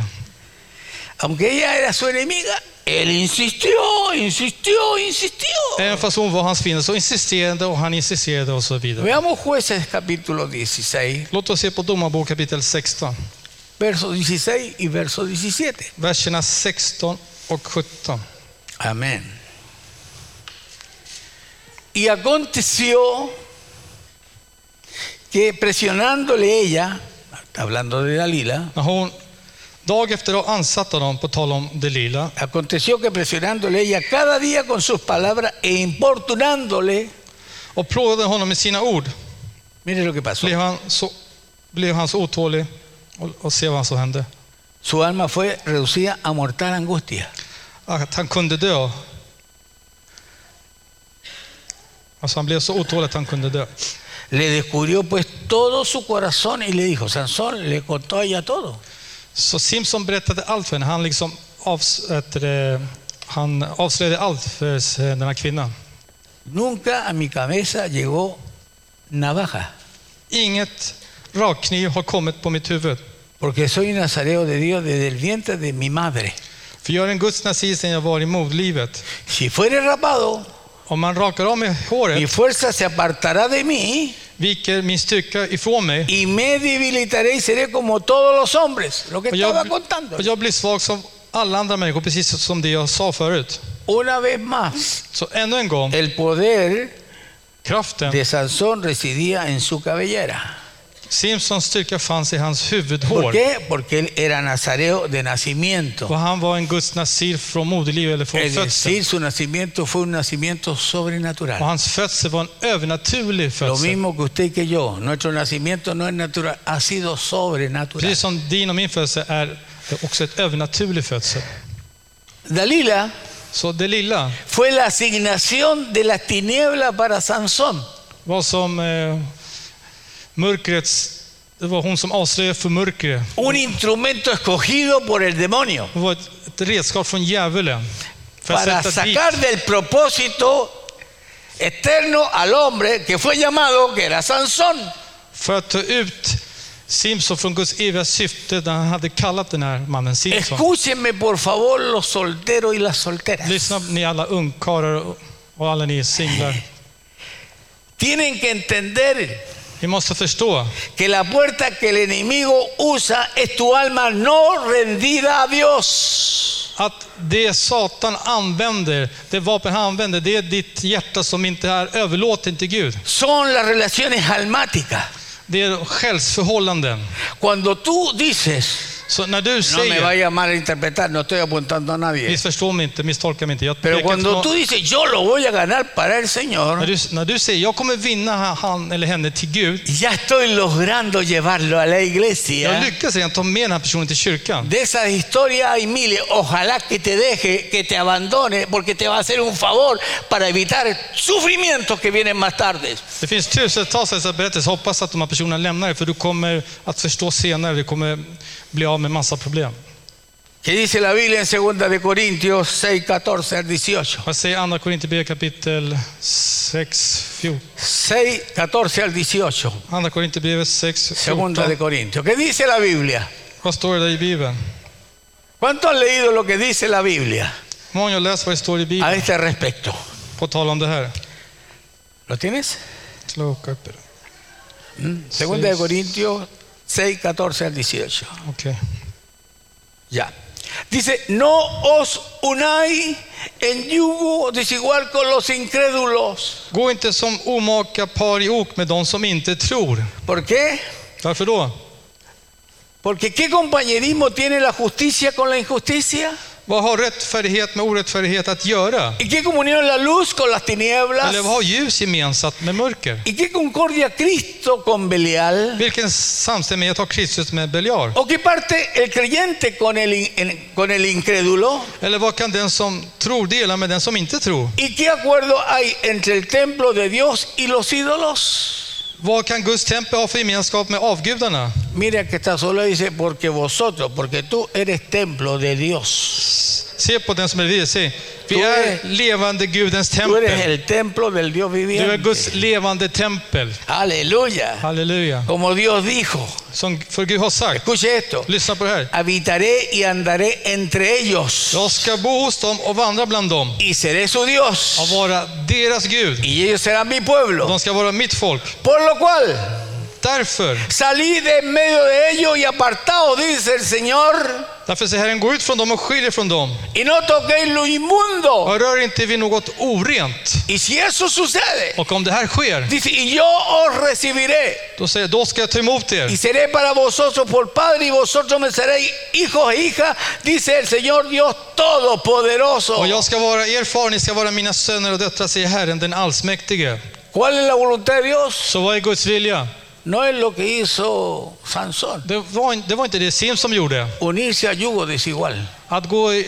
[SPEAKER 1] Aunque ella era su enemiga, él insistió, insistió, insistió.
[SPEAKER 2] Även fast hon var hans fiende så insisterade och han insisterade och så vidare.
[SPEAKER 1] Veamos jueces capítulo 16,
[SPEAKER 2] Låt oss se på Domarbok kapitel 16,
[SPEAKER 1] versos 16 y verso 17.
[SPEAKER 2] verserna 16 och 17.
[SPEAKER 1] Amén. Y aconteció que presionándole ella, está hablando de Dalila,
[SPEAKER 2] När hon dag efter dag ansatte dem, på tal om Delila,
[SPEAKER 1] aconteció que presionándole ella cada día con sus palabras e importunándole,
[SPEAKER 2] och plågade honom med sina ord,
[SPEAKER 1] mire lo que pasó,
[SPEAKER 2] blev han så, blev han så otålig och, och se vad som hände,
[SPEAKER 1] su alma fue reducida a mortal angustia.
[SPEAKER 2] att han kunde dö. Alltså han blev så otålig att han kunde dö.
[SPEAKER 1] Le descubrió pues todo su corazón y le dijo, Sansón le contó a ella todo.
[SPEAKER 2] Så Simpson berättade allt för henne. Han, liksom avs, heter det, han avslöjade allt för s- den här kvinnan.
[SPEAKER 1] Nunca a mi cabeza llegó navaja,
[SPEAKER 2] Inget rakkniv har kommit på mitt huvud.
[SPEAKER 1] porque soy nazareo de Dios desde el vientre de mi madre.
[SPEAKER 2] För jag är en Guds nazir sedan jag var i modlivet.
[SPEAKER 1] Si fuere rapado,
[SPEAKER 2] Om man rakar av mig
[SPEAKER 1] mi
[SPEAKER 2] håret
[SPEAKER 1] fuerza se apartará de mí
[SPEAKER 2] viker min styrka ifrån mig
[SPEAKER 1] y me debilitaré y seré como todos los hombres. Lo que
[SPEAKER 2] och jag,
[SPEAKER 1] estaba contando.
[SPEAKER 2] och jag blir svag som alla andra människor, precis som det jag sa förut.
[SPEAKER 1] Una vez más,
[SPEAKER 2] Så ännu en gång,
[SPEAKER 1] el poder
[SPEAKER 2] kraften,
[SPEAKER 1] de Sansón residía en su cabellera.
[SPEAKER 2] Simpsons styrka fanns i hans
[SPEAKER 1] ¿Por
[SPEAKER 2] huvudhår.
[SPEAKER 1] qué? Porque él era nazareo de nacimiento.
[SPEAKER 2] Och han var en Guds nasir från moderliv eller från
[SPEAKER 1] Es
[SPEAKER 2] födseln.
[SPEAKER 1] decir, su nacimiento fue un nacimiento
[SPEAKER 2] Och
[SPEAKER 1] sobrenatural.
[SPEAKER 2] hans födsel var en övernaturlig
[SPEAKER 1] Lo
[SPEAKER 2] födsel.
[SPEAKER 1] mismo que usted y que yo. Nuestro nacimiento no es natural, ha sido sobrenatural.
[SPEAKER 2] Precis som din och min födsel är det också ett övernaturlig födsel.
[SPEAKER 1] Dalila
[SPEAKER 2] Så det lilla
[SPEAKER 1] fue la asignación de las tinieblas para Sansón.
[SPEAKER 2] var som eh, mörkrets... Det var hon som avslöjade för mörkret.
[SPEAKER 1] Un instrumento escogido por el demonio
[SPEAKER 2] Hon var ett, ett redskap från djävulen. För
[SPEAKER 1] para
[SPEAKER 2] att sätta dit,
[SPEAKER 1] sacar del propósito externo al hombre que fue llamado, que era Sansón.
[SPEAKER 2] för att ta ut Simson från Guds eviga syfte när han hade kallat den här mannen Simson.
[SPEAKER 1] Escúchenme por favor los solteros y las solteras.
[SPEAKER 2] Lyssna ni alla ungkarlar och- och alla ni singlar.
[SPEAKER 1] Tienen que entender
[SPEAKER 2] Ni måste förstå
[SPEAKER 1] que la puerta que el enemigo usa es tu alma no rendida a Dios.
[SPEAKER 2] att det Satan använder, det vapen han använder, det är ditt hjärta som inte är överlåtet till Gud.
[SPEAKER 1] Son las relaciones almáticas.
[SPEAKER 2] Det är själsförhållanden.
[SPEAKER 1] Cuando tú dices,
[SPEAKER 2] Så när du
[SPEAKER 1] no me
[SPEAKER 2] säger,
[SPEAKER 1] vaya a malinterpretar, no estoy apuntando a nadie.
[SPEAKER 2] missförstå mig inte, misstolka mig inte. Jag
[SPEAKER 1] Pero
[SPEAKER 2] pekar inte
[SPEAKER 1] cuando
[SPEAKER 2] på-
[SPEAKER 1] tú dices, yo lo voy a ganar para el
[SPEAKER 2] när,
[SPEAKER 1] Señor,
[SPEAKER 2] du, när du säger, jag kommer vinna han eller henne till Gud.
[SPEAKER 1] ya estoy logrando llevarlo a la
[SPEAKER 2] Jag
[SPEAKER 1] iglesia.
[SPEAKER 2] lyckas redan ta med den här personen till kyrkan.
[SPEAKER 1] De esas historias hay miles. Ojalá que te deje, que te abandone, porque te va a hacer un favor para evitar sufrimientos que vienen más tarde.
[SPEAKER 2] Det finns tusentals sådana berättelser. Hoppas att de här personerna lämnar dig, för du kommer att förstå senare. Du kommer bli av med massa problem.
[SPEAKER 1] que dice la Biblia en 2 de Corintios 6, 14 al 18.
[SPEAKER 2] Vad säger Andra Korinthierbrevet kapitel 6, 14?
[SPEAKER 1] 6, 14 al 18.
[SPEAKER 2] Andra Korinthierbrevet 6,
[SPEAKER 1] Segunda
[SPEAKER 2] 14.
[SPEAKER 1] de Corintios. ¿Qué dice la Biblia?
[SPEAKER 2] Vad står det där i Bibeln?
[SPEAKER 1] ¿Cuánto han leído lo que dice la Biblia
[SPEAKER 2] Hur Många har läst vad det står i Bibeln
[SPEAKER 1] a este respecto?
[SPEAKER 2] på tal om det här.
[SPEAKER 1] ¿Lo tienes?
[SPEAKER 2] Slå upp det.
[SPEAKER 1] Segunda de
[SPEAKER 2] Sí.
[SPEAKER 1] Corintios 6, 14 al 18.
[SPEAKER 2] Okej.
[SPEAKER 1] Ya. Dice, no os unáis en yugo desigual con los incrédulos.
[SPEAKER 2] Gå inte som omaka par i ok med de som inte tror.
[SPEAKER 1] ¿Por qué?
[SPEAKER 2] Varför då?
[SPEAKER 1] Porque ¿qué compañerismo tiene la justicia con la injusticia?
[SPEAKER 2] Vad har rättfärdighet med orättfärdighet att göra?
[SPEAKER 1] ¿Y qué comunión la luz con las tinieblas?
[SPEAKER 2] Eller vad har ljus gemensamt med mörker?
[SPEAKER 1] ¿Y qué concordia Cristo con Belial?
[SPEAKER 2] Vilken samstämmighet har Kristus med Beljar?
[SPEAKER 1] ¿O qué parte el creyente con el, in- en- con el incrédulo?
[SPEAKER 2] Eller vad kan den som tror dela med den som inte tror?
[SPEAKER 1] ¿Y qué acuerdo hay entre el templo de Dios y los ídolos?
[SPEAKER 2] Vad kan Guds tempel ha för gemenskap med avgudarna?
[SPEAKER 1] Mira que está solo dice, porque vosotros, porque tú eres templo de Dios.
[SPEAKER 2] Se på den som är vid sig. Vi
[SPEAKER 1] Då är-
[SPEAKER 2] är levande Gudens
[SPEAKER 1] Tú eres
[SPEAKER 2] tempel.
[SPEAKER 1] el templo del Dios
[SPEAKER 2] Du är
[SPEAKER 1] viviente.
[SPEAKER 2] Guds levande tempel.
[SPEAKER 1] Aleluya.
[SPEAKER 2] Halleluja.
[SPEAKER 1] Como Dios dijo,
[SPEAKER 2] Som för Gud har sagt.
[SPEAKER 1] escuche esto,
[SPEAKER 2] Lyssna på det här.
[SPEAKER 1] habitaré y andaré entre ellos
[SPEAKER 2] Jag ska bo hos dem och vandra bland dem
[SPEAKER 1] y seré su
[SPEAKER 2] och
[SPEAKER 1] Dios
[SPEAKER 2] vara deras Gud.
[SPEAKER 1] y ellos serán mi pueblo.
[SPEAKER 2] De ska vara mitt folk.
[SPEAKER 1] Por lo cual,
[SPEAKER 2] Därför,
[SPEAKER 1] Salid de en medio de ellos y apartaos, dice el Señor,
[SPEAKER 2] därför säger Herren, gå ut från dem och skilj er från dem.
[SPEAKER 1] y no toquéis lo inmundo.
[SPEAKER 2] Och rör inte vid något orent.
[SPEAKER 1] Y si eso sucede,
[SPEAKER 2] Och om det här sker,
[SPEAKER 1] dice, y yo os recibiré,
[SPEAKER 2] då säger jag, då ska jag ta emot
[SPEAKER 1] y
[SPEAKER 2] er.
[SPEAKER 1] seré para vosotros por padre, y vosotros me seréis hijos e hijas, dice el Señor Dios Todopoderoso.
[SPEAKER 2] Och jag ska vara er far, ni ska vara mina söner och döttrar, säger Herren den allsmäktige.
[SPEAKER 1] ¿Cuál es la voluntad de Dios?
[SPEAKER 2] Så vad är Guds vilja?
[SPEAKER 1] No es lo que hizo Sansón,
[SPEAKER 2] Det var, in- det var inte det Simson gjorde.
[SPEAKER 1] unirse a yugo desigual.
[SPEAKER 2] Att gå i,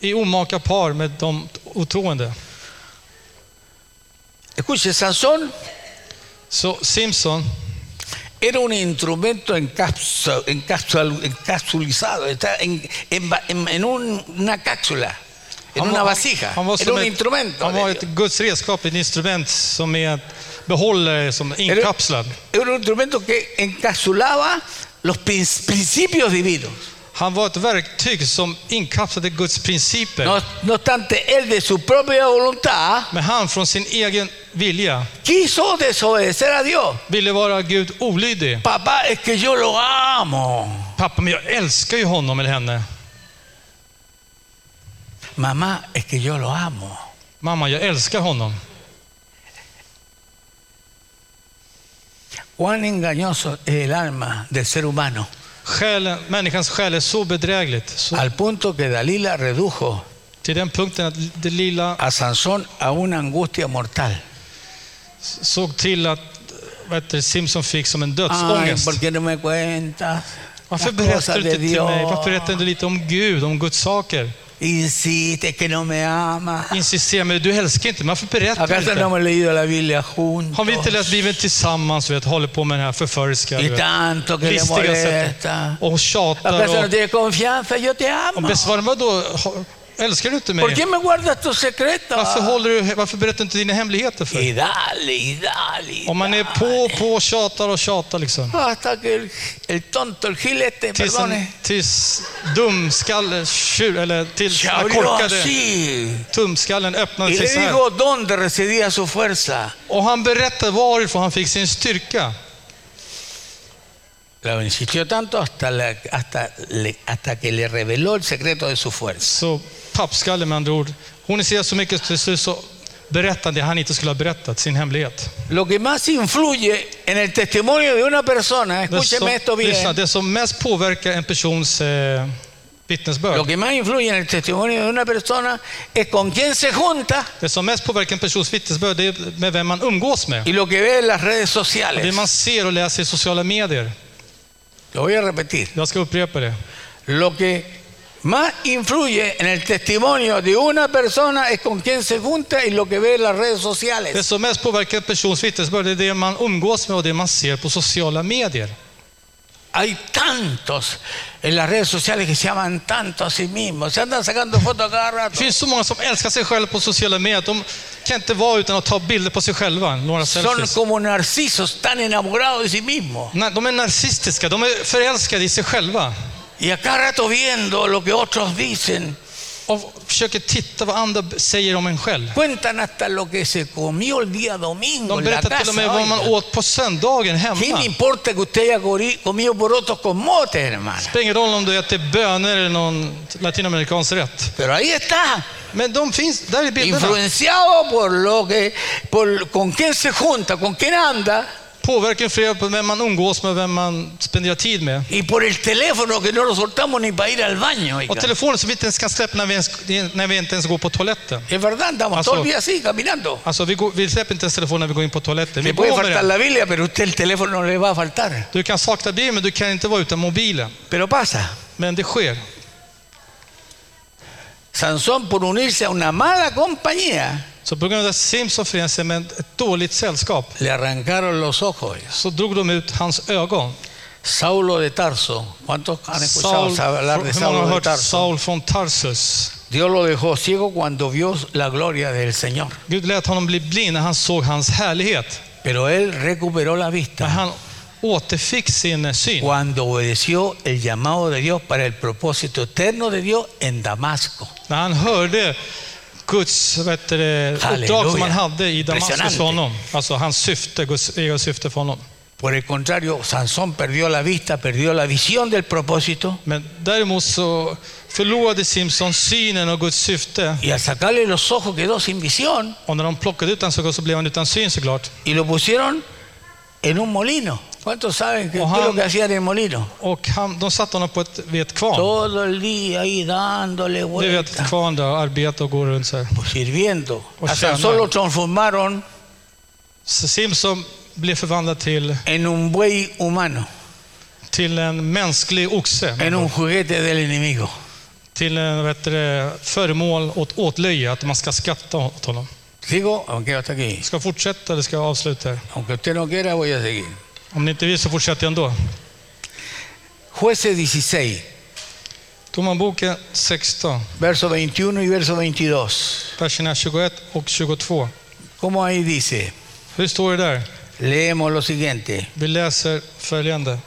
[SPEAKER 2] i omaka par med de otroende.
[SPEAKER 1] Escuche, Sansón
[SPEAKER 2] Så Simson,
[SPEAKER 1] Era un instrumento encapsu- encapsul- encapsulizado, está en, en va- en- en un- una cápsula, en una vasija.
[SPEAKER 2] han var
[SPEAKER 1] Era
[SPEAKER 2] som
[SPEAKER 1] un
[SPEAKER 2] ett,
[SPEAKER 1] instrumento. Eh,
[SPEAKER 2] han var
[SPEAKER 1] de
[SPEAKER 2] ett
[SPEAKER 1] Dios.
[SPEAKER 2] Guds redskap, ett instrument som är behållare, som inkapslad.
[SPEAKER 1] Era un instrumento que encapsulaba los prin- principios divinos.
[SPEAKER 2] Han var ett verktyg som inkapslade Guds principer.
[SPEAKER 1] No, no obstante, él de su propia voluntad
[SPEAKER 2] Men han från sin egen vilja
[SPEAKER 1] quiso desobedecer a Dios.
[SPEAKER 2] ville vara Gud olydig.
[SPEAKER 1] Papá, es que yo lo amo.
[SPEAKER 2] Pappa, men jag älskar ju honom eller henne.
[SPEAKER 1] Mamá, es que yo lo amo.
[SPEAKER 2] Mamma, jag älskar honom.
[SPEAKER 1] Cuán engañoso es el alma del ser humano,
[SPEAKER 2] Själen, människans själ är så bedrägligt så,
[SPEAKER 1] al punto que Dalila redujo
[SPEAKER 2] till den punkten att det lilla
[SPEAKER 1] a Sansón a una angustia mortal.
[SPEAKER 2] såg till att vad heter, det, Simpson fick som en
[SPEAKER 1] Ay,
[SPEAKER 2] dödsångest.
[SPEAKER 1] ¿por qué no me cuentas?
[SPEAKER 2] Varför
[SPEAKER 1] las
[SPEAKER 2] berättar
[SPEAKER 1] cosas
[SPEAKER 2] du
[SPEAKER 1] de
[SPEAKER 2] inte till mig?
[SPEAKER 1] Dios?
[SPEAKER 2] Varför berättar du inte lite om Gud, om Guds saker?
[SPEAKER 1] Insistes que no me amas.
[SPEAKER 2] Insistera, men du älskar inte mig. Varför berättar du
[SPEAKER 1] ¿Acaso no
[SPEAKER 2] inte?
[SPEAKER 1] hemos leído la Biblia
[SPEAKER 2] Har vi inte
[SPEAKER 1] juntos?
[SPEAKER 2] läst Bibeln tillsammans? Vet, håller på med den här förföriska, du
[SPEAKER 1] Y
[SPEAKER 2] vet,
[SPEAKER 1] tanto que le
[SPEAKER 2] listiga sättet.
[SPEAKER 1] molesta.
[SPEAKER 2] Och tjatar
[SPEAKER 1] ¿Acaso no
[SPEAKER 2] och,
[SPEAKER 1] tienes confianza? Yo te
[SPEAKER 2] och
[SPEAKER 1] amo.
[SPEAKER 2] besvarar. Vadå? Ha- Älskar du inte
[SPEAKER 1] ¿Por
[SPEAKER 2] mig?
[SPEAKER 1] qué me guardas tus secretos?
[SPEAKER 2] Varför, håller du, varför berättar du inte dina hemligheter för?
[SPEAKER 1] Y dale, y dale. y
[SPEAKER 2] Om man är
[SPEAKER 1] dale.
[SPEAKER 2] på och på och tjatar och tjatar liksom.
[SPEAKER 1] Hasta que el, el tonto, el gilete,
[SPEAKER 2] Tills, en,
[SPEAKER 1] perdone.
[SPEAKER 2] tills dumskalle, tjur, eller tills
[SPEAKER 1] Se
[SPEAKER 2] den här
[SPEAKER 1] abrió
[SPEAKER 2] korkade
[SPEAKER 1] así.
[SPEAKER 2] tumskallen öppnade
[SPEAKER 1] Y
[SPEAKER 2] sig
[SPEAKER 1] le
[SPEAKER 2] så här.
[SPEAKER 1] dijo dónde residía su fuerza.
[SPEAKER 2] Och han berättar varifrån han fick sin styrka.
[SPEAKER 1] Lo insistió tanto hasta, la- hasta, le- hasta que le reveló el secreto de su fuerza.
[SPEAKER 2] Så pappskalle med andra ord. Hon ser så mycket till slut så berättar det han inte skulle ha berättat, sin hemlighet.
[SPEAKER 1] Lo que más influye en el testimonio de una persona,
[SPEAKER 2] Det som,
[SPEAKER 1] escúcheme esto
[SPEAKER 2] lyssna,
[SPEAKER 1] bien,
[SPEAKER 2] det som mest påverkar en persons eh,
[SPEAKER 1] lo
[SPEAKER 2] vittnesbörd,
[SPEAKER 1] que más influye en el testimonio de una persona es con quién se junta
[SPEAKER 2] det som mest påverkar en persons vittnesbörd, det är med vem man umgås med.
[SPEAKER 1] y lo que ve en las redes
[SPEAKER 2] Det
[SPEAKER 1] sociales.
[SPEAKER 2] man ser och läser i sociala medier.
[SPEAKER 1] Lo voy a repetir.
[SPEAKER 2] Jag ska upprepa det.
[SPEAKER 1] Lo que más influye en el testimonio de una persona es con quién se junta y lo que ve en las redes
[SPEAKER 2] Det
[SPEAKER 1] sociales.
[SPEAKER 2] som mest påverkar en persons vittnesbörd det är det man umgås med och det man ser på sociala medier.
[SPEAKER 1] Hay tantos en las redes sociales que se aman tanto a sí mismos. Se andan sacando fotos a cada
[SPEAKER 2] Det
[SPEAKER 1] rato.
[SPEAKER 2] finns så många som älskar sig själva på sociala medier. De kan inte vara utan att ta bilder på sig själva, några
[SPEAKER 1] Son
[SPEAKER 2] selfies.
[SPEAKER 1] como narcisos, tan enamorados de sí mismos.
[SPEAKER 2] Nej, De är narcistiska, de är förälskade i sig själva.
[SPEAKER 1] Y a cada rato viendo lo que otros dicen.
[SPEAKER 2] Och försöker titta vad andra säger om en själv.
[SPEAKER 1] Cuentan hasta lo que se comió el día domingo
[SPEAKER 2] De
[SPEAKER 1] en la
[SPEAKER 2] berättar till
[SPEAKER 1] casa.
[SPEAKER 2] och med vad man
[SPEAKER 1] oiga.
[SPEAKER 2] åt på söndagen
[SPEAKER 1] ¿Qué le
[SPEAKER 2] hemma.
[SPEAKER 1] importa que usted haya cori- comido porotos con mote, hermano?
[SPEAKER 2] Spelar ingen roll om du äter bönor eller någon latinamerikansk rätt.
[SPEAKER 1] Pero ahí está.
[SPEAKER 2] Men de finns, där är bilderna.
[SPEAKER 1] influenciado por lo que por con quién se junta, con quién anda
[SPEAKER 2] Påverkar flera på vem man umgås med, vem man spenderar tid med.
[SPEAKER 1] y por el teléfono que no lo soltamos ni para ir al baño. oiga.
[SPEAKER 2] Och telefonen som vi inte ens kan släppa när vi, ens, när vi inte ens går på toaletten.
[SPEAKER 1] Es verdad, andamos
[SPEAKER 2] Pasó.
[SPEAKER 1] todo el día así caminando.
[SPEAKER 2] Alltså, vi, går, vi släpper inte ens telefonen när vi går in på toaletten. Vi
[SPEAKER 1] Le puede
[SPEAKER 2] går med
[SPEAKER 1] faltar
[SPEAKER 2] den.
[SPEAKER 1] la Biblia, pero a usted el teléfono no le va a faltar.
[SPEAKER 2] Du kan sakna bilen, men du kan inte vara utan mobilen.
[SPEAKER 1] Pero pasa.
[SPEAKER 2] Men det sker.
[SPEAKER 1] Sansón por unirse a una mala compañía
[SPEAKER 2] Så på grund av att Simpson förenade sig med ett dåligt sällskap
[SPEAKER 1] le arrancaron los ojos. oiga.
[SPEAKER 2] så drog de ut hans ögon.
[SPEAKER 1] Saulo de Tarso. ¿Cuántos han escuchado
[SPEAKER 2] Saul,
[SPEAKER 1] hablar de
[SPEAKER 2] hur många
[SPEAKER 1] Saulo
[SPEAKER 2] har
[SPEAKER 1] de
[SPEAKER 2] hört
[SPEAKER 1] Tarso?
[SPEAKER 2] Saul från Tarsus?
[SPEAKER 1] Dios lo dejó ciego cuando vio la gloria del Señor,
[SPEAKER 2] Gud lät honom bli blind när han såg hans härlighet.
[SPEAKER 1] pero él recuperó la
[SPEAKER 2] När
[SPEAKER 1] vista.
[SPEAKER 2] han återfick sin eh, syn.
[SPEAKER 1] cuando obedeció el llamado de Dios para el propósito eterno de Dios en Damasco.
[SPEAKER 2] När han hörde Guds vad heter det, uppdrag som
[SPEAKER 1] Halleluja.
[SPEAKER 2] han hade i Damaskus
[SPEAKER 1] Impressionante.
[SPEAKER 2] för honom. Alltså hans syfte, Guds eget syfte för honom.
[SPEAKER 1] Por el contrario, Sansón perdió la vista, perdió la visión del propósito
[SPEAKER 2] Men däremot så förlorade Simpson synen och Guds syfte.
[SPEAKER 1] y al sacarle los ojos quedó sin visión
[SPEAKER 2] Och när de plockade ut hans ögon så blev han utan syn såklart.
[SPEAKER 1] y lo pusieron en un molino. ¿Cuántos saben que, qué
[SPEAKER 2] Ojalá. Oh.
[SPEAKER 1] es lo que hacían en el molino? Och
[SPEAKER 2] Och han, de satte honom på ett, vid ett kvarn.
[SPEAKER 1] Todo el día ahí dándole
[SPEAKER 2] Du vet,
[SPEAKER 1] vueltas,
[SPEAKER 2] ett kvarn där, arbeta och gå runt så här.
[SPEAKER 1] sirviendo.
[SPEAKER 2] O
[SPEAKER 1] A
[SPEAKER 2] sea,
[SPEAKER 1] Sansón
[SPEAKER 2] no.
[SPEAKER 1] lo transformaron
[SPEAKER 2] Så Simpson blev förvandlad till,
[SPEAKER 1] en un buey humano,
[SPEAKER 2] till en mänsklig oxe.
[SPEAKER 1] en un juguete del enemigo.
[SPEAKER 2] till eh, vad heter det, föremål åt åtlöje, att man ska skratta åt honom.
[SPEAKER 1] Sigo, aunque hasta aquí.
[SPEAKER 2] Ska jag fortsätta eller ska jag avsluta här?
[SPEAKER 1] Aunque usted no quiera, voy a seguir.
[SPEAKER 2] Om ni inte vill så fortsätter jag ändå.
[SPEAKER 1] Jueces 16,
[SPEAKER 2] Domarboken 16,
[SPEAKER 1] verso 21 y verso 22.
[SPEAKER 2] verserna 21 och 22.
[SPEAKER 1] ¿Cómo ahí dice?
[SPEAKER 2] Hur står det där?
[SPEAKER 1] Leemos lo siguiente.
[SPEAKER 2] Vi läser följande.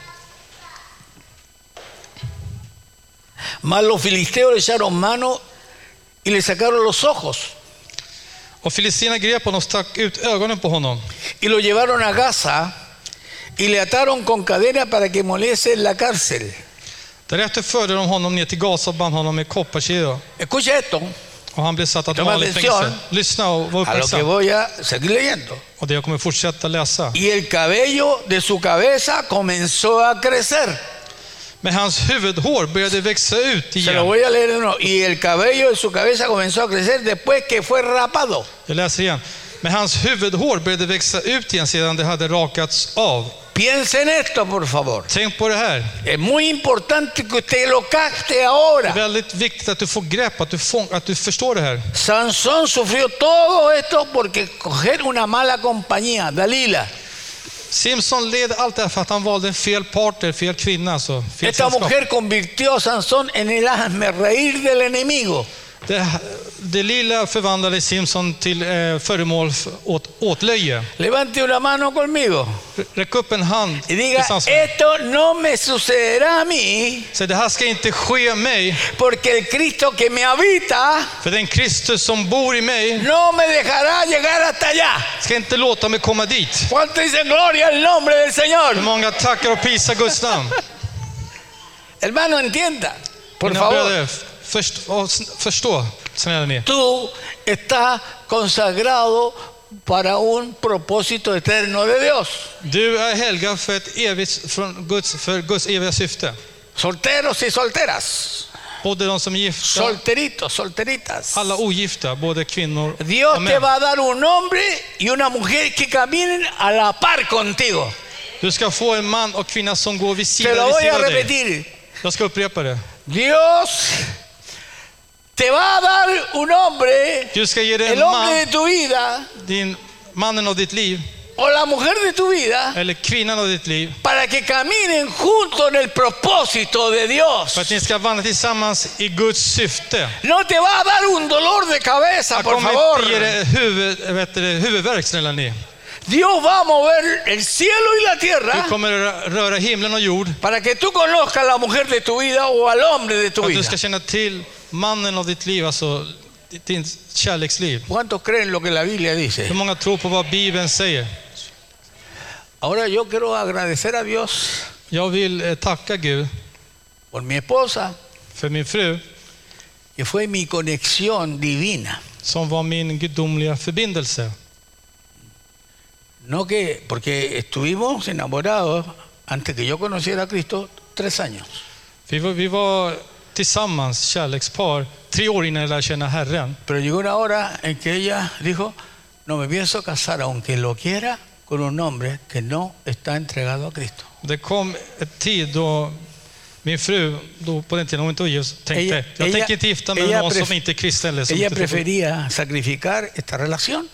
[SPEAKER 1] Mas los filisteos le echaron mano y le sacaron los ojos
[SPEAKER 2] Och filisterna grep honom och stack ut ögonen på honom
[SPEAKER 1] y lo llevaron a Gaza y le ataron con cadena para que moliese en la cárcel.
[SPEAKER 2] Därefter förde de honom ner till Gaza och band honom med kopparkedjor
[SPEAKER 1] Escucha esto.
[SPEAKER 2] Och han blev satt att
[SPEAKER 1] Toma
[SPEAKER 2] mala i
[SPEAKER 1] atención.
[SPEAKER 2] fängelse. Lyssna och var
[SPEAKER 1] A lo que
[SPEAKER 2] uppmärksam.
[SPEAKER 1] voy a seguir leyendo.
[SPEAKER 2] Och det jag kommer fortsätta läsa.
[SPEAKER 1] Y el cabello de su cabeza comenzó a crecer.
[SPEAKER 2] Men hans huvudhår började växa ut
[SPEAKER 1] Se lo
[SPEAKER 2] igen.
[SPEAKER 1] voy a leer de nuevo. Y el cabello de su cabeza comenzó a crecer después que fue rapado.
[SPEAKER 2] Jag läser igen. Men hans huvudhår började växa ut igen sedan det hade rakats av.
[SPEAKER 1] Piensen esto, por favor.
[SPEAKER 2] Tänk på det här.
[SPEAKER 1] Es muy importante que usted lo capte
[SPEAKER 2] Det är
[SPEAKER 1] ahora.
[SPEAKER 2] väldigt viktigt att du får grepp, att du, fång, att du förstår det här.
[SPEAKER 1] Sansón sufrió todo esto porque coger una mala compañía, Dalila.
[SPEAKER 2] Simpson led allt det här för att han valde en fel partner, fel kvinna. Alltså, fel
[SPEAKER 1] Esta
[SPEAKER 2] sällskap.
[SPEAKER 1] mujer convirtió a Sansón en el hazme reír del enemigo.
[SPEAKER 2] Det, det lilla förvandlade Simpson till eh, föremål f- åt åtlöje.
[SPEAKER 1] Levante una mano conmigo
[SPEAKER 2] R- Räck upp en hand
[SPEAKER 1] y diga,
[SPEAKER 2] tillsammans med
[SPEAKER 1] esto no me sucederá a mí
[SPEAKER 2] Säg, det här ska inte ske mig,
[SPEAKER 1] porque el Cristo que me habita
[SPEAKER 2] för den Kristus som bor i mig
[SPEAKER 1] no me dejará llegar hasta allá.
[SPEAKER 2] ska inte låta mig komma dit.
[SPEAKER 1] ¿Cuánto dicen gloria al nombre del Señor?
[SPEAKER 2] Hur många tackar och prisar Guds namn?
[SPEAKER 1] Hermano, entienda, por
[SPEAKER 2] Mina
[SPEAKER 1] favor.
[SPEAKER 2] bröder, först, och s- förstå, snälla ni.
[SPEAKER 1] Tú estás consagrado para un propósito eterno de Dios.
[SPEAKER 2] Du är helgad för, ett evigt, från Guds, för Guds eviga syfte.
[SPEAKER 1] Solteros y solteras,
[SPEAKER 2] Både de som är gifta,
[SPEAKER 1] solteritos, solteritas.
[SPEAKER 2] alla ogifta, både kvinnor och
[SPEAKER 1] Dios te
[SPEAKER 2] män.
[SPEAKER 1] va a dar un hombre y una mujer que caminen a la par contigo.
[SPEAKER 2] Du ska få en man och kvinna som går vid
[SPEAKER 1] Te
[SPEAKER 2] sidan,
[SPEAKER 1] lo
[SPEAKER 2] vid
[SPEAKER 1] voy a
[SPEAKER 2] sidan av dig.
[SPEAKER 1] repetir.
[SPEAKER 2] Jag ska upprepa det.
[SPEAKER 1] Dios te va a dar un hombre,
[SPEAKER 2] Gud ska ge dig en
[SPEAKER 1] el hombre de
[SPEAKER 2] man,
[SPEAKER 1] tu vida
[SPEAKER 2] din, mannen av ditt liv,
[SPEAKER 1] o la mujer de tu vida,
[SPEAKER 2] eller kvinnan av ditt liv,
[SPEAKER 1] para que caminen juntos en el propósito de Dios.
[SPEAKER 2] för att ni ska vandra tillsammans i Guds syfte.
[SPEAKER 1] No te va a dar un dolor de cabeza,
[SPEAKER 2] Jag
[SPEAKER 1] por
[SPEAKER 2] kommer
[SPEAKER 1] favor.
[SPEAKER 2] inte ge dig huvud, vet du, huvudvärk, snälla ni.
[SPEAKER 1] Dios va a mover el cielo y la tierra
[SPEAKER 2] Du kommer rö- röra himlen och jord,
[SPEAKER 1] para que tú conozcas a la mujer de tu vida o al hombre de tu
[SPEAKER 2] för att
[SPEAKER 1] vida.
[SPEAKER 2] du ska känna till mannen av ditt liv, alltså ditt- ditt kärleksliv.
[SPEAKER 1] ¿Cuántos creen lo que la Biblia
[SPEAKER 2] Hur
[SPEAKER 1] dice?
[SPEAKER 2] många tror på vad Bibeln säger?
[SPEAKER 1] Ahora yo quiero agradecer a Dios
[SPEAKER 2] Jag vill eh, tacka Gud
[SPEAKER 1] por mi esposa,
[SPEAKER 2] för min fru,
[SPEAKER 1] que fue mi conexión divina.
[SPEAKER 2] som var min gudomliga förbindelse.
[SPEAKER 1] No que, porque estuvimos enamorados antes que yo conociera a Cristo tres años.
[SPEAKER 2] Vi var, vi var tillsammans, kärlekspar, tre år innan jag lärde känna Herren.
[SPEAKER 1] Pero llegó una hora en que ella dijo, no me pienso casar aunque lo quiera con un hombre que no está entregado a Cristo.
[SPEAKER 2] Det kom en tid då min fru, då på den tiden hon inte var gift, tänkte
[SPEAKER 1] Ella-
[SPEAKER 2] jag
[SPEAKER 1] ella-
[SPEAKER 2] tänker inte gifta mig
[SPEAKER 1] ella
[SPEAKER 2] med någon
[SPEAKER 1] pref-
[SPEAKER 2] som inte är kristen. Eller som
[SPEAKER 1] Ella
[SPEAKER 2] inte tror på-
[SPEAKER 1] prefería sacrificar esta relación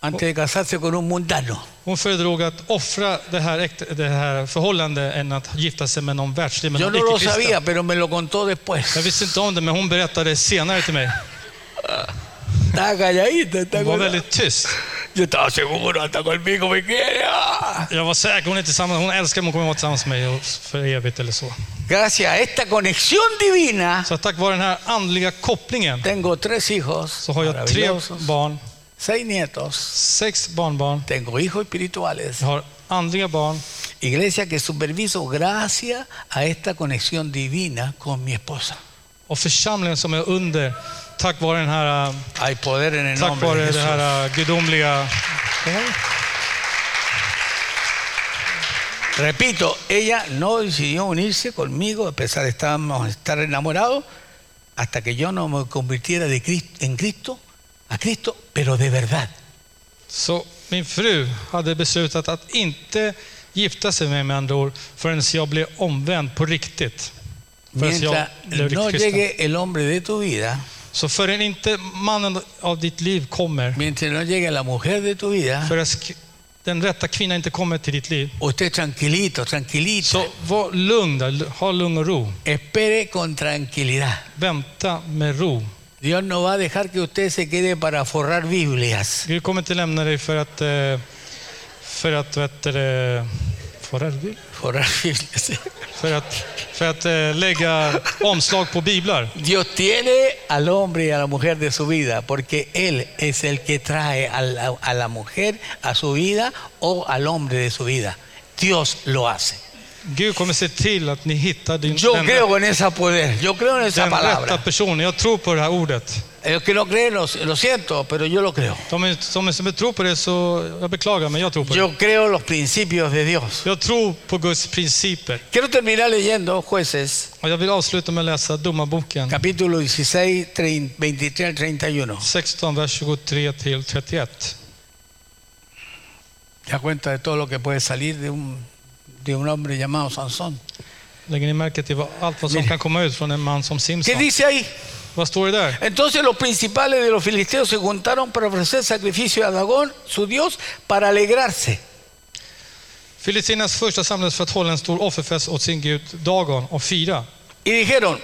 [SPEAKER 1] antes de casarse con un mundano.
[SPEAKER 2] Hon föredrog att offra det här, äkt- det här förhållandet än att gifta sig med någon världslig, med
[SPEAKER 1] Yo
[SPEAKER 2] någon
[SPEAKER 1] no lo
[SPEAKER 2] icke-kristen.
[SPEAKER 1] sabía, pero me lo contó
[SPEAKER 2] Jag
[SPEAKER 1] después.
[SPEAKER 2] visste inte om det, men hon berättade senare till mig.
[SPEAKER 1] Estaba calladita,
[SPEAKER 2] Hon
[SPEAKER 1] estaba
[SPEAKER 2] var
[SPEAKER 1] con-
[SPEAKER 2] väldigt tyst.
[SPEAKER 1] Yo estaba seguro, hasta conmigo me quiere. ah.
[SPEAKER 2] Jag var säker, hon är tillsammans, hon älskar mig, hon kommer vara tillsammans med mig för evigt eller så.
[SPEAKER 1] Gracias a esta conexión divina,
[SPEAKER 2] Så tack vare den här andliga kopplingen
[SPEAKER 1] tengo tres hijos,
[SPEAKER 2] så har jag tre
[SPEAKER 1] maravillosos,
[SPEAKER 2] barn,
[SPEAKER 1] seis nietos,
[SPEAKER 2] sex barnbarn,
[SPEAKER 1] tengo hijos espirituales.
[SPEAKER 2] jag har andliga barn
[SPEAKER 1] Iglesia que superviso gracias a esta conexión divina con mi esposa.
[SPEAKER 2] och församlingen som är under tack vare den här, äh,
[SPEAKER 1] Hay poder en el
[SPEAKER 2] tack
[SPEAKER 1] nombre de
[SPEAKER 2] vare det
[SPEAKER 1] Jesús.
[SPEAKER 2] här äh, gudomliga...
[SPEAKER 1] Repito, ella no decidió unirse conmigo, a pesar de estábamos- estar enamorados, hasta que yo no me convirtiera de Cris- en Cristo, a Cristo, pero de verdad.
[SPEAKER 2] Så min fru hade beslutat att inte gifta sig med mig med andra ord förrän jag blev omvänd på riktigt. Förrän jag
[SPEAKER 1] Mientras
[SPEAKER 2] blev
[SPEAKER 1] no
[SPEAKER 2] riktigt kristen.
[SPEAKER 1] llegue el hombre de tu vida,
[SPEAKER 2] Så förrän inte mannen av ditt liv kommer,
[SPEAKER 1] mientras no llegue la mujer de tu vida,
[SPEAKER 2] förrän sk- den rätta kvinnan inte kommer till ditt liv,
[SPEAKER 1] usted tranquilito, tranquilito,
[SPEAKER 2] så var lugn där. L- Ha lugn och ro.
[SPEAKER 1] espere con tranquilidad.
[SPEAKER 2] Vänta med ro.
[SPEAKER 1] Dios no va a dejar que usted se quede para forrar Biblias.
[SPEAKER 2] Gud kommer inte lämna dig för att... eh, För att... Vet du, det, förra Gud?
[SPEAKER 1] Forrar Biblias.
[SPEAKER 2] för att, för att eh, lägga omslag på biblar.
[SPEAKER 1] Dios tiene al hombre y a la mujer de su vida, porque Él es el que trae a la, a la mujer a su vida o al hombre de su vida. Dios lo hace.
[SPEAKER 2] Gud kommer se till att ni hittar din,
[SPEAKER 1] Yo
[SPEAKER 2] den,
[SPEAKER 1] creo en esa poder, yo creo en esa
[SPEAKER 2] den rätta
[SPEAKER 1] palabra.
[SPEAKER 2] personen. Jag tror på det här ordet.
[SPEAKER 1] Los que no creen, lo, lo siento, pero yo lo creo.
[SPEAKER 2] De som som inte tror på det, så jag beklagar, men jag tror på det.
[SPEAKER 1] Yo creo los principios de Dios.
[SPEAKER 2] Jag tror på Guds principer.
[SPEAKER 1] Quiero terminar leyendo Jueces,
[SPEAKER 2] Och jag vill avsluta med att läsa Domarboken
[SPEAKER 1] capítulo 16, 30, 23 al 31.
[SPEAKER 2] 16, vers 23 till 31.
[SPEAKER 1] Ya cuenta de todo lo que puede salir de un, de un hombre llamado Sansón.
[SPEAKER 2] Lägger ni märke till vad, allt vad som kan komma ut från en man som
[SPEAKER 1] ¿Qué
[SPEAKER 2] Simpson?
[SPEAKER 1] dice ahí?
[SPEAKER 2] Vad står det där?
[SPEAKER 1] Entonces los principales de los filisteos se juntaron para ofrecer sacrificio a Dagón, su dios, para alegrarse.
[SPEAKER 2] Filistinas första samlades för att hålla en stor offerfest åt sin gud Dagon och fira.
[SPEAKER 1] Y dijeron,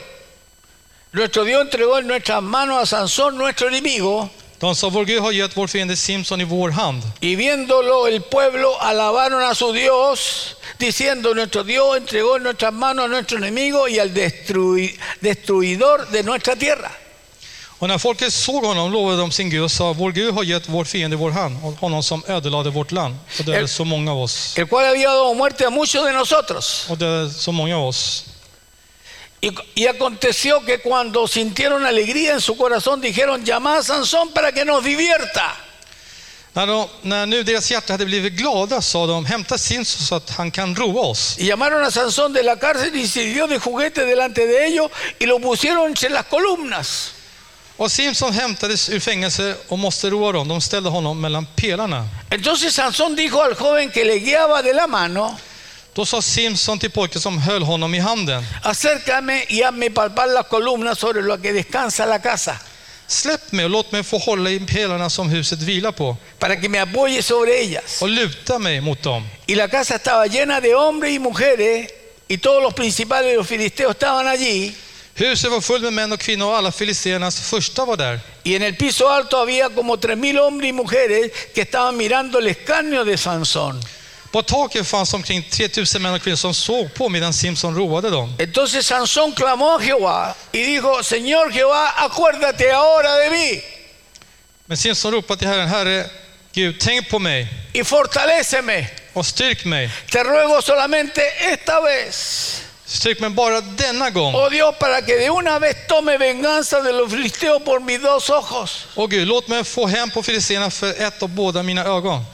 [SPEAKER 1] nuestro Dios entregó en nuestras manos a Sansón, nuestro enemigo,
[SPEAKER 2] De sa, vår Gud har gett vår fiende Simson i vår hand.
[SPEAKER 1] y viéndolo el pueblo alabaron a su Dios, diciendo, nuestro Dios entregó en nuestras manos a nuestro enemigo y al destrui- destruidor de nuestra tierra.
[SPEAKER 2] Och när folket såg honom lovade de sin Gud och sa, vår Gud har gett vår fiende i vår hand, och honom som ödelade vårt land och dödade
[SPEAKER 1] El-
[SPEAKER 2] så många av oss.
[SPEAKER 1] el cual había dado muerte a muchos de nosotros.
[SPEAKER 2] Och dödade så många av oss.
[SPEAKER 1] Y, y aconteció que cuando sintieron alegría en su corazón dijeron, llamad a Sansón para que nos divierta.
[SPEAKER 2] När, de, när nu deras hjärta hade blivit glada sa de, hämta Simson så att han kan roa oss.
[SPEAKER 1] Y llamaron a Sansón de la cárcel y sirvió de juguete delante de ellos y lo pusieron entre las columnas.
[SPEAKER 2] Och Simson hämtades ur fängelse och måste roa dem. De ställde honom mellan pelarna.
[SPEAKER 1] Entonces Sansón dijo al joven que le guiaba de la mano,
[SPEAKER 2] Då sa Simson till pojken som höll honom i handen,
[SPEAKER 1] acércame y hazme palpar las columnas sobre lo que descansa la casa,
[SPEAKER 2] släpp mig och låt mig få hålla i pelarna som huset vilar på
[SPEAKER 1] para que me apoye sobre ellas.
[SPEAKER 2] och luta mig mot dem.
[SPEAKER 1] Y la casa estaba llena de hombres y mujeres, y todos los principales de los filisteos estaban allí.
[SPEAKER 2] Huset var fullt med män och kvinnor och alla filisternas första var där.
[SPEAKER 1] Y en el piso alto había como tres mil hombres y mujeres que estaban mirando el escarnio de Sansón.
[SPEAKER 2] På taket fanns omkring 3000 män och kvinnor som såg på medan Simson roade dem.
[SPEAKER 1] Entonces Sansón clamó a Jehová y dijo, Señor Jehová, acuérdate ahora de mí
[SPEAKER 2] Men Simson ropade till Herren, Herre Gud, tänk på mig
[SPEAKER 1] y fortaléceme.
[SPEAKER 2] och styrk mig.
[SPEAKER 1] Te ruego solamente esta vez,
[SPEAKER 2] Styrk mig bara denna gång.
[SPEAKER 1] oh Dios, para que de una vez tome venganza de los filisteos por mis dos ojos.
[SPEAKER 2] Åh Gud, låt mig få hem på filisterna för ett av båda mina ögon.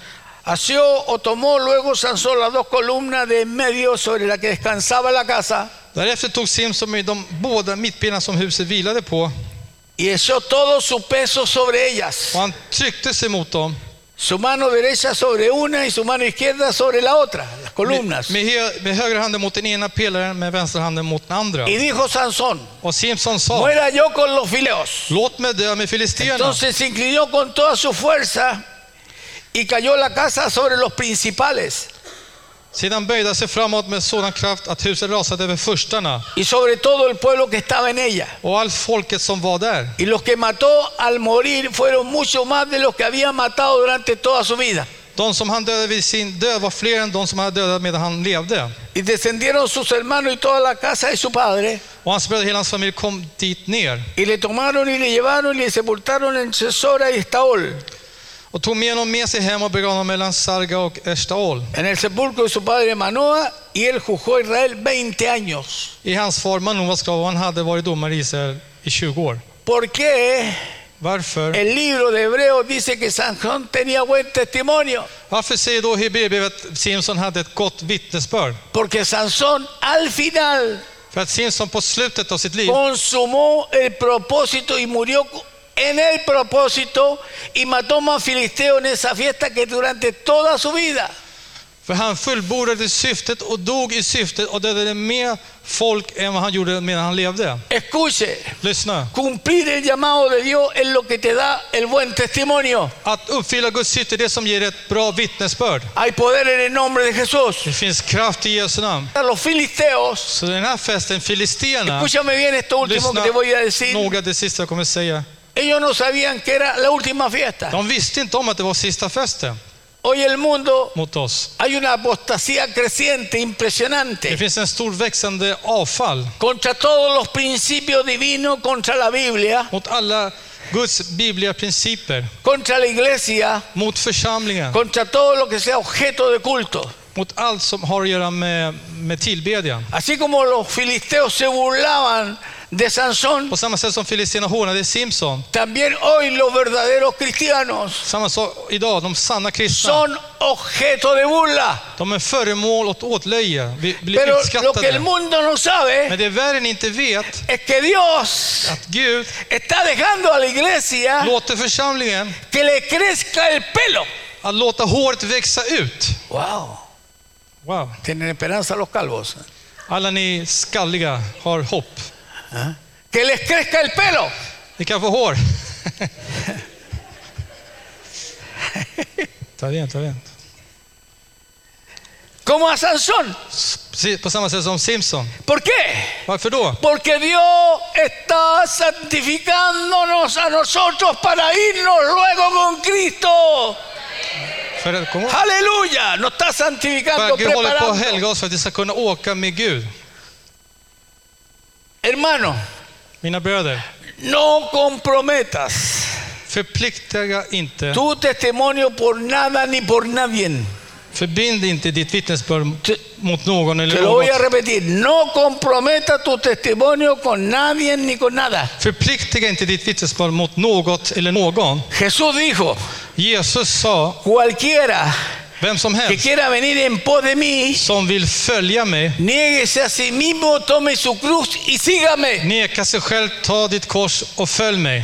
[SPEAKER 1] Asió o tomó luego Sansón las dos columnas de en medio sobre la que descansaba la casa
[SPEAKER 2] Därefter tog Simson med de båda mittbenen som huset vilade på
[SPEAKER 1] y echó todo su peso sobre ellas.
[SPEAKER 2] och han tryckte sig mot dem
[SPEAKER 1] su mano derecha sobre una y su mano izquierda sobre la otra, las columnas.
[SPEAKER 2] med, hö- med högra handen mot den ena pelaren, med vänster handen mot den andra.
[SPEAKER 1] Y dijo Sansón,
[SPEAKER 2] Och Simson sa,
[SPEAKER 1] muera yo con los fileos.
[SPEAKER 2] låt mig dö med filisterna.
[SPEAKER 1] Entonces se inclinó con toda su fuerza y cayó la casa sobre los principales
[SPEAKER 2] Sedan böjde han sig framåt med sådan kraft att huset rasade över förstarna
[SPEAKER 1] y sobre todo el pueblo que estaba en ella.
[SPEAKER 2] och allt folket som var där.
[SPEAKER 1] Y los que mató al morir fueron mucho más de los que había matado durante toda su vida.
[SPEAKER 2] De som han dödade vid sin död var fler än de som han dödade medan han levde.
[SPEAKER 1] Y descendieron sus hermanos y toda la casa de su padre,
[SPEAKER 2] Och hans bröder och hela hans familj kom dit ner
[SPEAKER 1] y le tomaron y le llevaron y le sepultaron en Sesora y Estaol.
[SPEAKER 2] och tog med honom med sig hem och begav honom mellan Sarga och Eshtaol.
[SPEAKER 1] en el sepulcro de su padre Manoa y él juzgó a Israel 20 años.
[SPEAKER 2] I hans far Manoas grav, och han hade varit domare i Israel i 20 år.
[SPEAKER 1] ¿Por qué
[SPEAKER 2] Varför?
[SPEAKER 1] el libro de Hebreos dice que Sansón tenía buen testimonio?
[SPEAKER 2] Varför säger då Hebreerbrevet att Simson hade ett gott vittnesbörd?
[SPEAKER 1] Porque Sansón al final
[SPEAKER 2] För att Simson på slutet av sitt liv
[SPEAKER 1] consumó el propósito y murió en el propósito y mató más filisteos en esa fiesta que durante toda su vida.
[SPEAKER 2] För han fullbordade syftet och dog i syftet och dödade mer folk än vad han gjorde medan han levde.
[SPEAKER 1] Escuche,
[SPEAKER 2] Lyssna.
[SPEAKER 1] cumplir el llamado de Dios es lo que te da el buen testimonio.
[SPEAKER 2] Att uppfylla Guds syfte är det som ger ett bra vittnesbörd.
[SPEAKER 1] Hay poder en el nombre de Jesús.
[SPEAKER 2] Det finns kraft i Jesu namn.
[SPEAKER 1] A los filisteos
[SPEAKER 2] Så den här festen, filisterna,
[SPEAKER 1] Escúchame bien esto último que
[SPEAKER 2] lyssna
[SPEAKER 1] te voy a decir.
[SPEAKER 2] noga det sista jag kommer säga.
[SPEAKER 1] Ellos no sabían que era la última fiesta.
[SPEAKER 2] De visste inte om att det var sista festen
[SPEAKER 1] Hoy el mundo
[SPEAKER 2] mot oss.
[SPEAKER 1] hay una apostasía creciente,
[SPEAKER 2] Det
[SPEAKER 1] impresionante,
[SPEAKER 2] finns en stor växande avfall
[SPEAKER 1] contra todos los principios divinos, contra la Biblia,
[SPEAKER 2] mot alla Guds bibliga principer,
[SPEAKER 1] contra la iglesia,
[SPEAKER 2] mot församlingen,
[SPEAKER 1] contra todo lo que sea objeto de culto.
[SPEAKER 2] mot allt som har att göra med, med tillbedjan.
[SPEAKER 1] Así como los filisteos se burlaban de Sansón,
[SPEAKER 2] På samma sätt som filisterna hånade Simson.
[SPEAKER 1] también hoy los verdaderos cristianos
[SPEAKER 2] Samma sak idag, de sanna kristna.
[SPEAKER 1] son objeto de burla.
[SPEAKER 2] De är föremål åt åtlöje. Vi blir
[SPEAKER 1] Pero lo que el
[SPEAKER 2] utskattade.
[SPEAKER 1] mundo no
[SPEAKER 2] Men
[SPEAKER 1] sabe
[SPEAKER 2] det är värre ni inte vet
[SPEAKER 1] es que Dios
[SPEAKER 2] att Gud
[SPEAKER 1] está dejando a la iglesia
[SPEAKER 2] låter församlingen
[SPEAKER 1] que le crezca el pelo.
[SPEAKER 2] att låta håret växa ut.
[SPEAKER 1] Wow.
[SPEAKER 2] Wow.
[SPEAKER 1] Tienen esperanza los calvos.
[SPEAKER 2] Alla ni skalliga har hopp.
[SPEAKER 1] ¿eh? Que les crezca el pelo.
[SPEAKER 2] Ni kan få hår. ta det, ta det.
[SPEAKER 1] Como a Sansón.
[SPEAKER 2] Precis På samma sätt som Simpson.
[SPEAKER 1] ¿Por qué?
[SPEAKER 2] Varför då?
[SPEAKER 1] Porque Dios está santificándonos a nosotros para irnos luego con Cristo.
[SPEAKER 2] För att, kom ihåg,
[SPEAKER 1] Aleluya. Nos está
[SPEAKER 2] för
[SPEAKER 1] santificando,
[SPEAKER 2] att Gud håller på att helga
[SPEAKER 1] preparando.
[SPEAKER 2] oss för att vi ska kunna åka med Gud.
[SPEAKER 1] Hermano,
[SPEAKER 2] Mina bröder,
[SPEAKER 1] no comprometas
[SPEAKER 2] förpliktiga inte,
[SPEAKER 1] tu testimonio por nada ni por nadie.
[SPEAKER 2] förbind inte ditt vittnesbörd mot någon eller
[SPEAKER 1] Te lo voy a
[SPEAKER 2] något.
[SPEAKER 1] repetir. No comprometas tu testimonio con nadie ni con nada.
[SPEAKER 2] Förpliktiga inte ditt vittnesbörd mot något eller någon.
[SPEAKER 1] Jesús dijo,
[SPEAKER 2] Jesus sa,
[SPEAKER 1] cualquiera
[SPEAKER 2] vem som
[SPEAKER 1] que
[SPEAKER 2] helst
[SPEAKER 1] quiera venir en pos de mí,
[SPEAKER 2] som vill följa mig
[SPEAKER 1] niéguese a sí mismo, tome su cruz y sígame.
[SPEAKER 2] Neka sig själv, ta ditt kors och följ mig.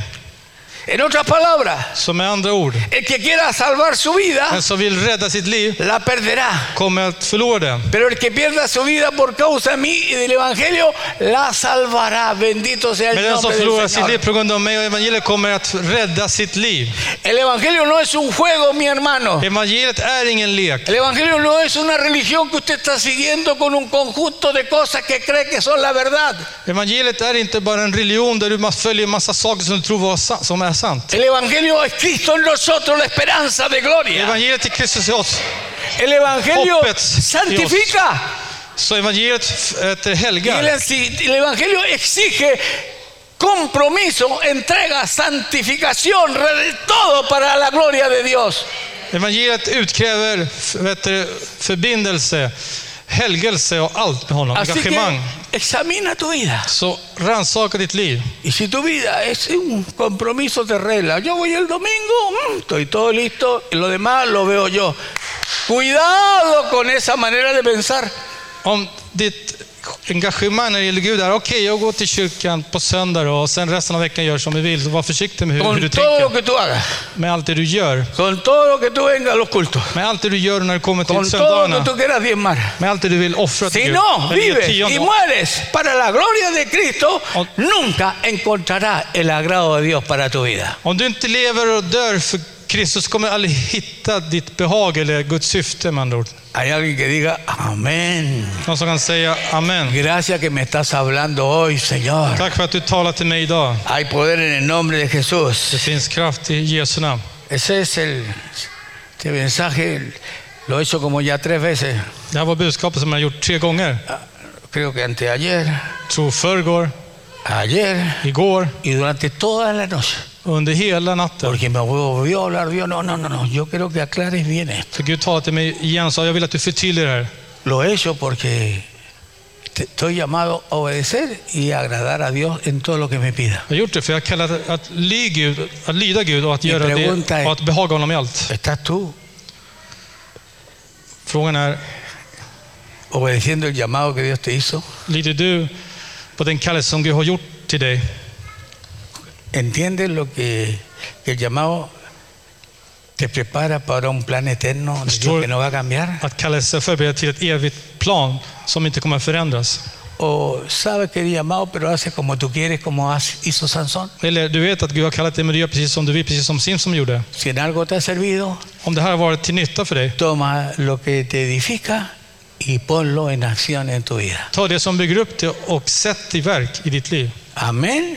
[SPEAKER 1] En otras palabras,
[SPEAKER 2] Som med andra ord,
[SPEAKER 1] El que quiera salvar su vida,
[SPEAKER 2] den som vill rädda sitt liv
[SPEAKER 1] la perderá.
[SPEAKER 2] kommer att förlora det.
[SPEAKER 1] Pero el que pierda su vida por causa de mí y del Evangelio, la salvará. Bendito sea
[SPEAKER 2] Men
[SPEAKER 1] el
[SPEAKER 2] den som
[SPEAKER 1] nombre
[SPEAKER 2] förlorar
[SPEAKER 1] del
[SPEAKER 2] sitt liv
[SPEAKER 1] Señor.
[SPEAKER 2] på grund av mig och evangeliet kommer att rädda sitt liv.
[SPEAKER 1] El Evangelio no es un juego, mi hermano.
[SPEAKER 2] Evangeliet är ingen lek.
[SPEAKER 1] El Evangelio no es una religión que usted está siguiendo con un conjunto de cosas que cree que son la verdad.
[SPEAKER 2] Evangeliet är inte bara en religion där du ma- följer en massa saker som du tror var sa- som är sant.
[SPEAKER 1] El Evangelio es Cristo en nosotros, la esperanza de gloria.
[SPEAKER 2] Evangeliet är Kristus i oss.
[SPEAKER 1] El Evangelio
[SPEAKER 2] Hoppets
[SPEAKER 1] santifica.
[SPEAKER 2] Så evangeliet f- heter
[SPEAKER 1] Y el,
[SPEAKER 2] helgar.
[SPEAKER 1] el Evangelio exige compromiso, entrega, santificación, re- todo para la gloria de Dios.
[SPEAKER 2] Evangeliet utkräver f- heter, förbindelse, helgelse och allt med honom.
[SPEAKER 1] Así que
[SPEAKER 2] Engagemang.
[SPEAKER 1] examina tu vida.
[SPEAKER 2] Så rannsaka ditt liv.
[SPEAKER 1] Y si tu vida es un compromiso de regla, yo voy el domingo, mm, estoy todo listo, y lo demás lo veo yo. Cuidado con esa manera de pensar.
[SPEAKER 2] Om ditt engagemang när det gäller Gud är okej, jag går till kyrkan på söndag då, och sen resten av veckan gör som vi vill. Så var försiktig med hur, hur
[SPEAKER 1] Con
[SPEAKER 2] du
[SPEAKER 1] todo lo
[SPEAKER 2] tänker.
[SPEAKER 1] que tú hagas,
[SPEAKER 2] Med allt det du gör.
[SPEAKER 1] con todo lo que tú vengas a los cultos,
[SPEAKER 2] Med allt det du gör när du kommer till
[SPEAKER 1] con todo lo
[SPEAKER 2] söndagarna.
[SPEAKER 1] que tú quieras diezmar.
[SPEAKER 2] Med allt det du vill offra till
[SPEAKER 1] Si
[SPEAKER 2] Gud.
[SPEAKER 1] no
[SPEAKER 2] Eller ge
[SPEAKER 1] vives y
[SPEAKER 2] tionde.
[SPEAKER 1] mueres para la gloria de Cristo,
[SPEAKER 2] Om-
[SPEAKER 1] nunca encontrarás el agrado de Dios para tu vida.
[SPEAKER 2] Om du inte lever och dör för Kristus kommer du aldrig hitta ditt behag eller Guds syfte med andra ord.
[SPEAKER 1] Hay alguien que diga, amén.
[SPEAKER 2] Någon som kan säga Amen.
[SPEAKER 1] Gracias que me estás hablando hoy, Señor.
[SPEAKER 2] Tack för att du talar till mig idag.
[SPEAKER 1] Hay poder en el nombre de
[SPEAKER 2] Det
[SPEAKER 1] Jesús.
[SPEAKER 2] finns kraft i Jesu namn.
[SPEAKER 1] Ese es el este mensaje. Lo he hecho como ya tres veces.
[SPEAKER 2] Det här var budskapet som jag har gjort tre gånger.
[SPEAKER 1] Creo que anteayer,
[SPEAKER 2] Tror förrgår,
[SPEAKER 1] ayer
[SPEAKER 2] igår
[SPEAKER 1] y durante toda la noche.
[SPEAKER 2] och under hela natten.
[SPEAKER 1] Porque me volvió a hablar Dios. No, no, no, no. Yo creo que aclares bien esto.
[SPEAKER 2] För Gud talade till mig igen och sa, jag vill att du förtydligar det här.
[SPEAKER 1] Lo he hecho porque te- estoy llamado a obedecer y agradar a Dios en todo lo que me pida.
[SPEAKER 2] Jag har gjort det för jag kallar det att, ly Gud, att lyda Gud och att,
[SPEAKER 1] Min
[SPEAKER 2] göra
[SPEAKER 1] pregunta
[SPEAKER 2] det,
[SPEAKER 1] är-
[SPEAKER 2] och att behaga honom i allt.
[SPEAKER 1] ¿Estás tú
[SPEAKER 2] Frågan är,
[SPEAKER 1] obedeciendo el llamado que Dios te hizo?
[SPEAKER 2] lyder du på den kallelse som Gud har gjort till dig?
[SPEAKER 1] ¿Entiendes lo que, que el llamado te prepara para un plan eterno de Dios
[SPEAKER 2] Estoy-
[SPEAKER 1] que no va a cambiar?
[SPEAKER 2] Att kallelse förbereder till ett evigt plan som inte kommer att förändras.
[SPEAKER 1] ¿O sabes que el llamado pero haces como tú quieres, como has- hizo Sansón?
[SPEAKER 2] Eller du vet att Gud har kallat dig men du gör precis som du vill, precis som Simson gjorde.
[SPEAKER 1] Si en algo te ha servido,
[SPEAKER 2] Om det här har varit till nytta för dig,
[SPEAKER 1] toma lo que te edifica y ponlo en acción en tu vida.
[SPEAKER 2] ta det som bygger upp det och sätt i verk i ditt liv.
[SPEAKER 1] Amén.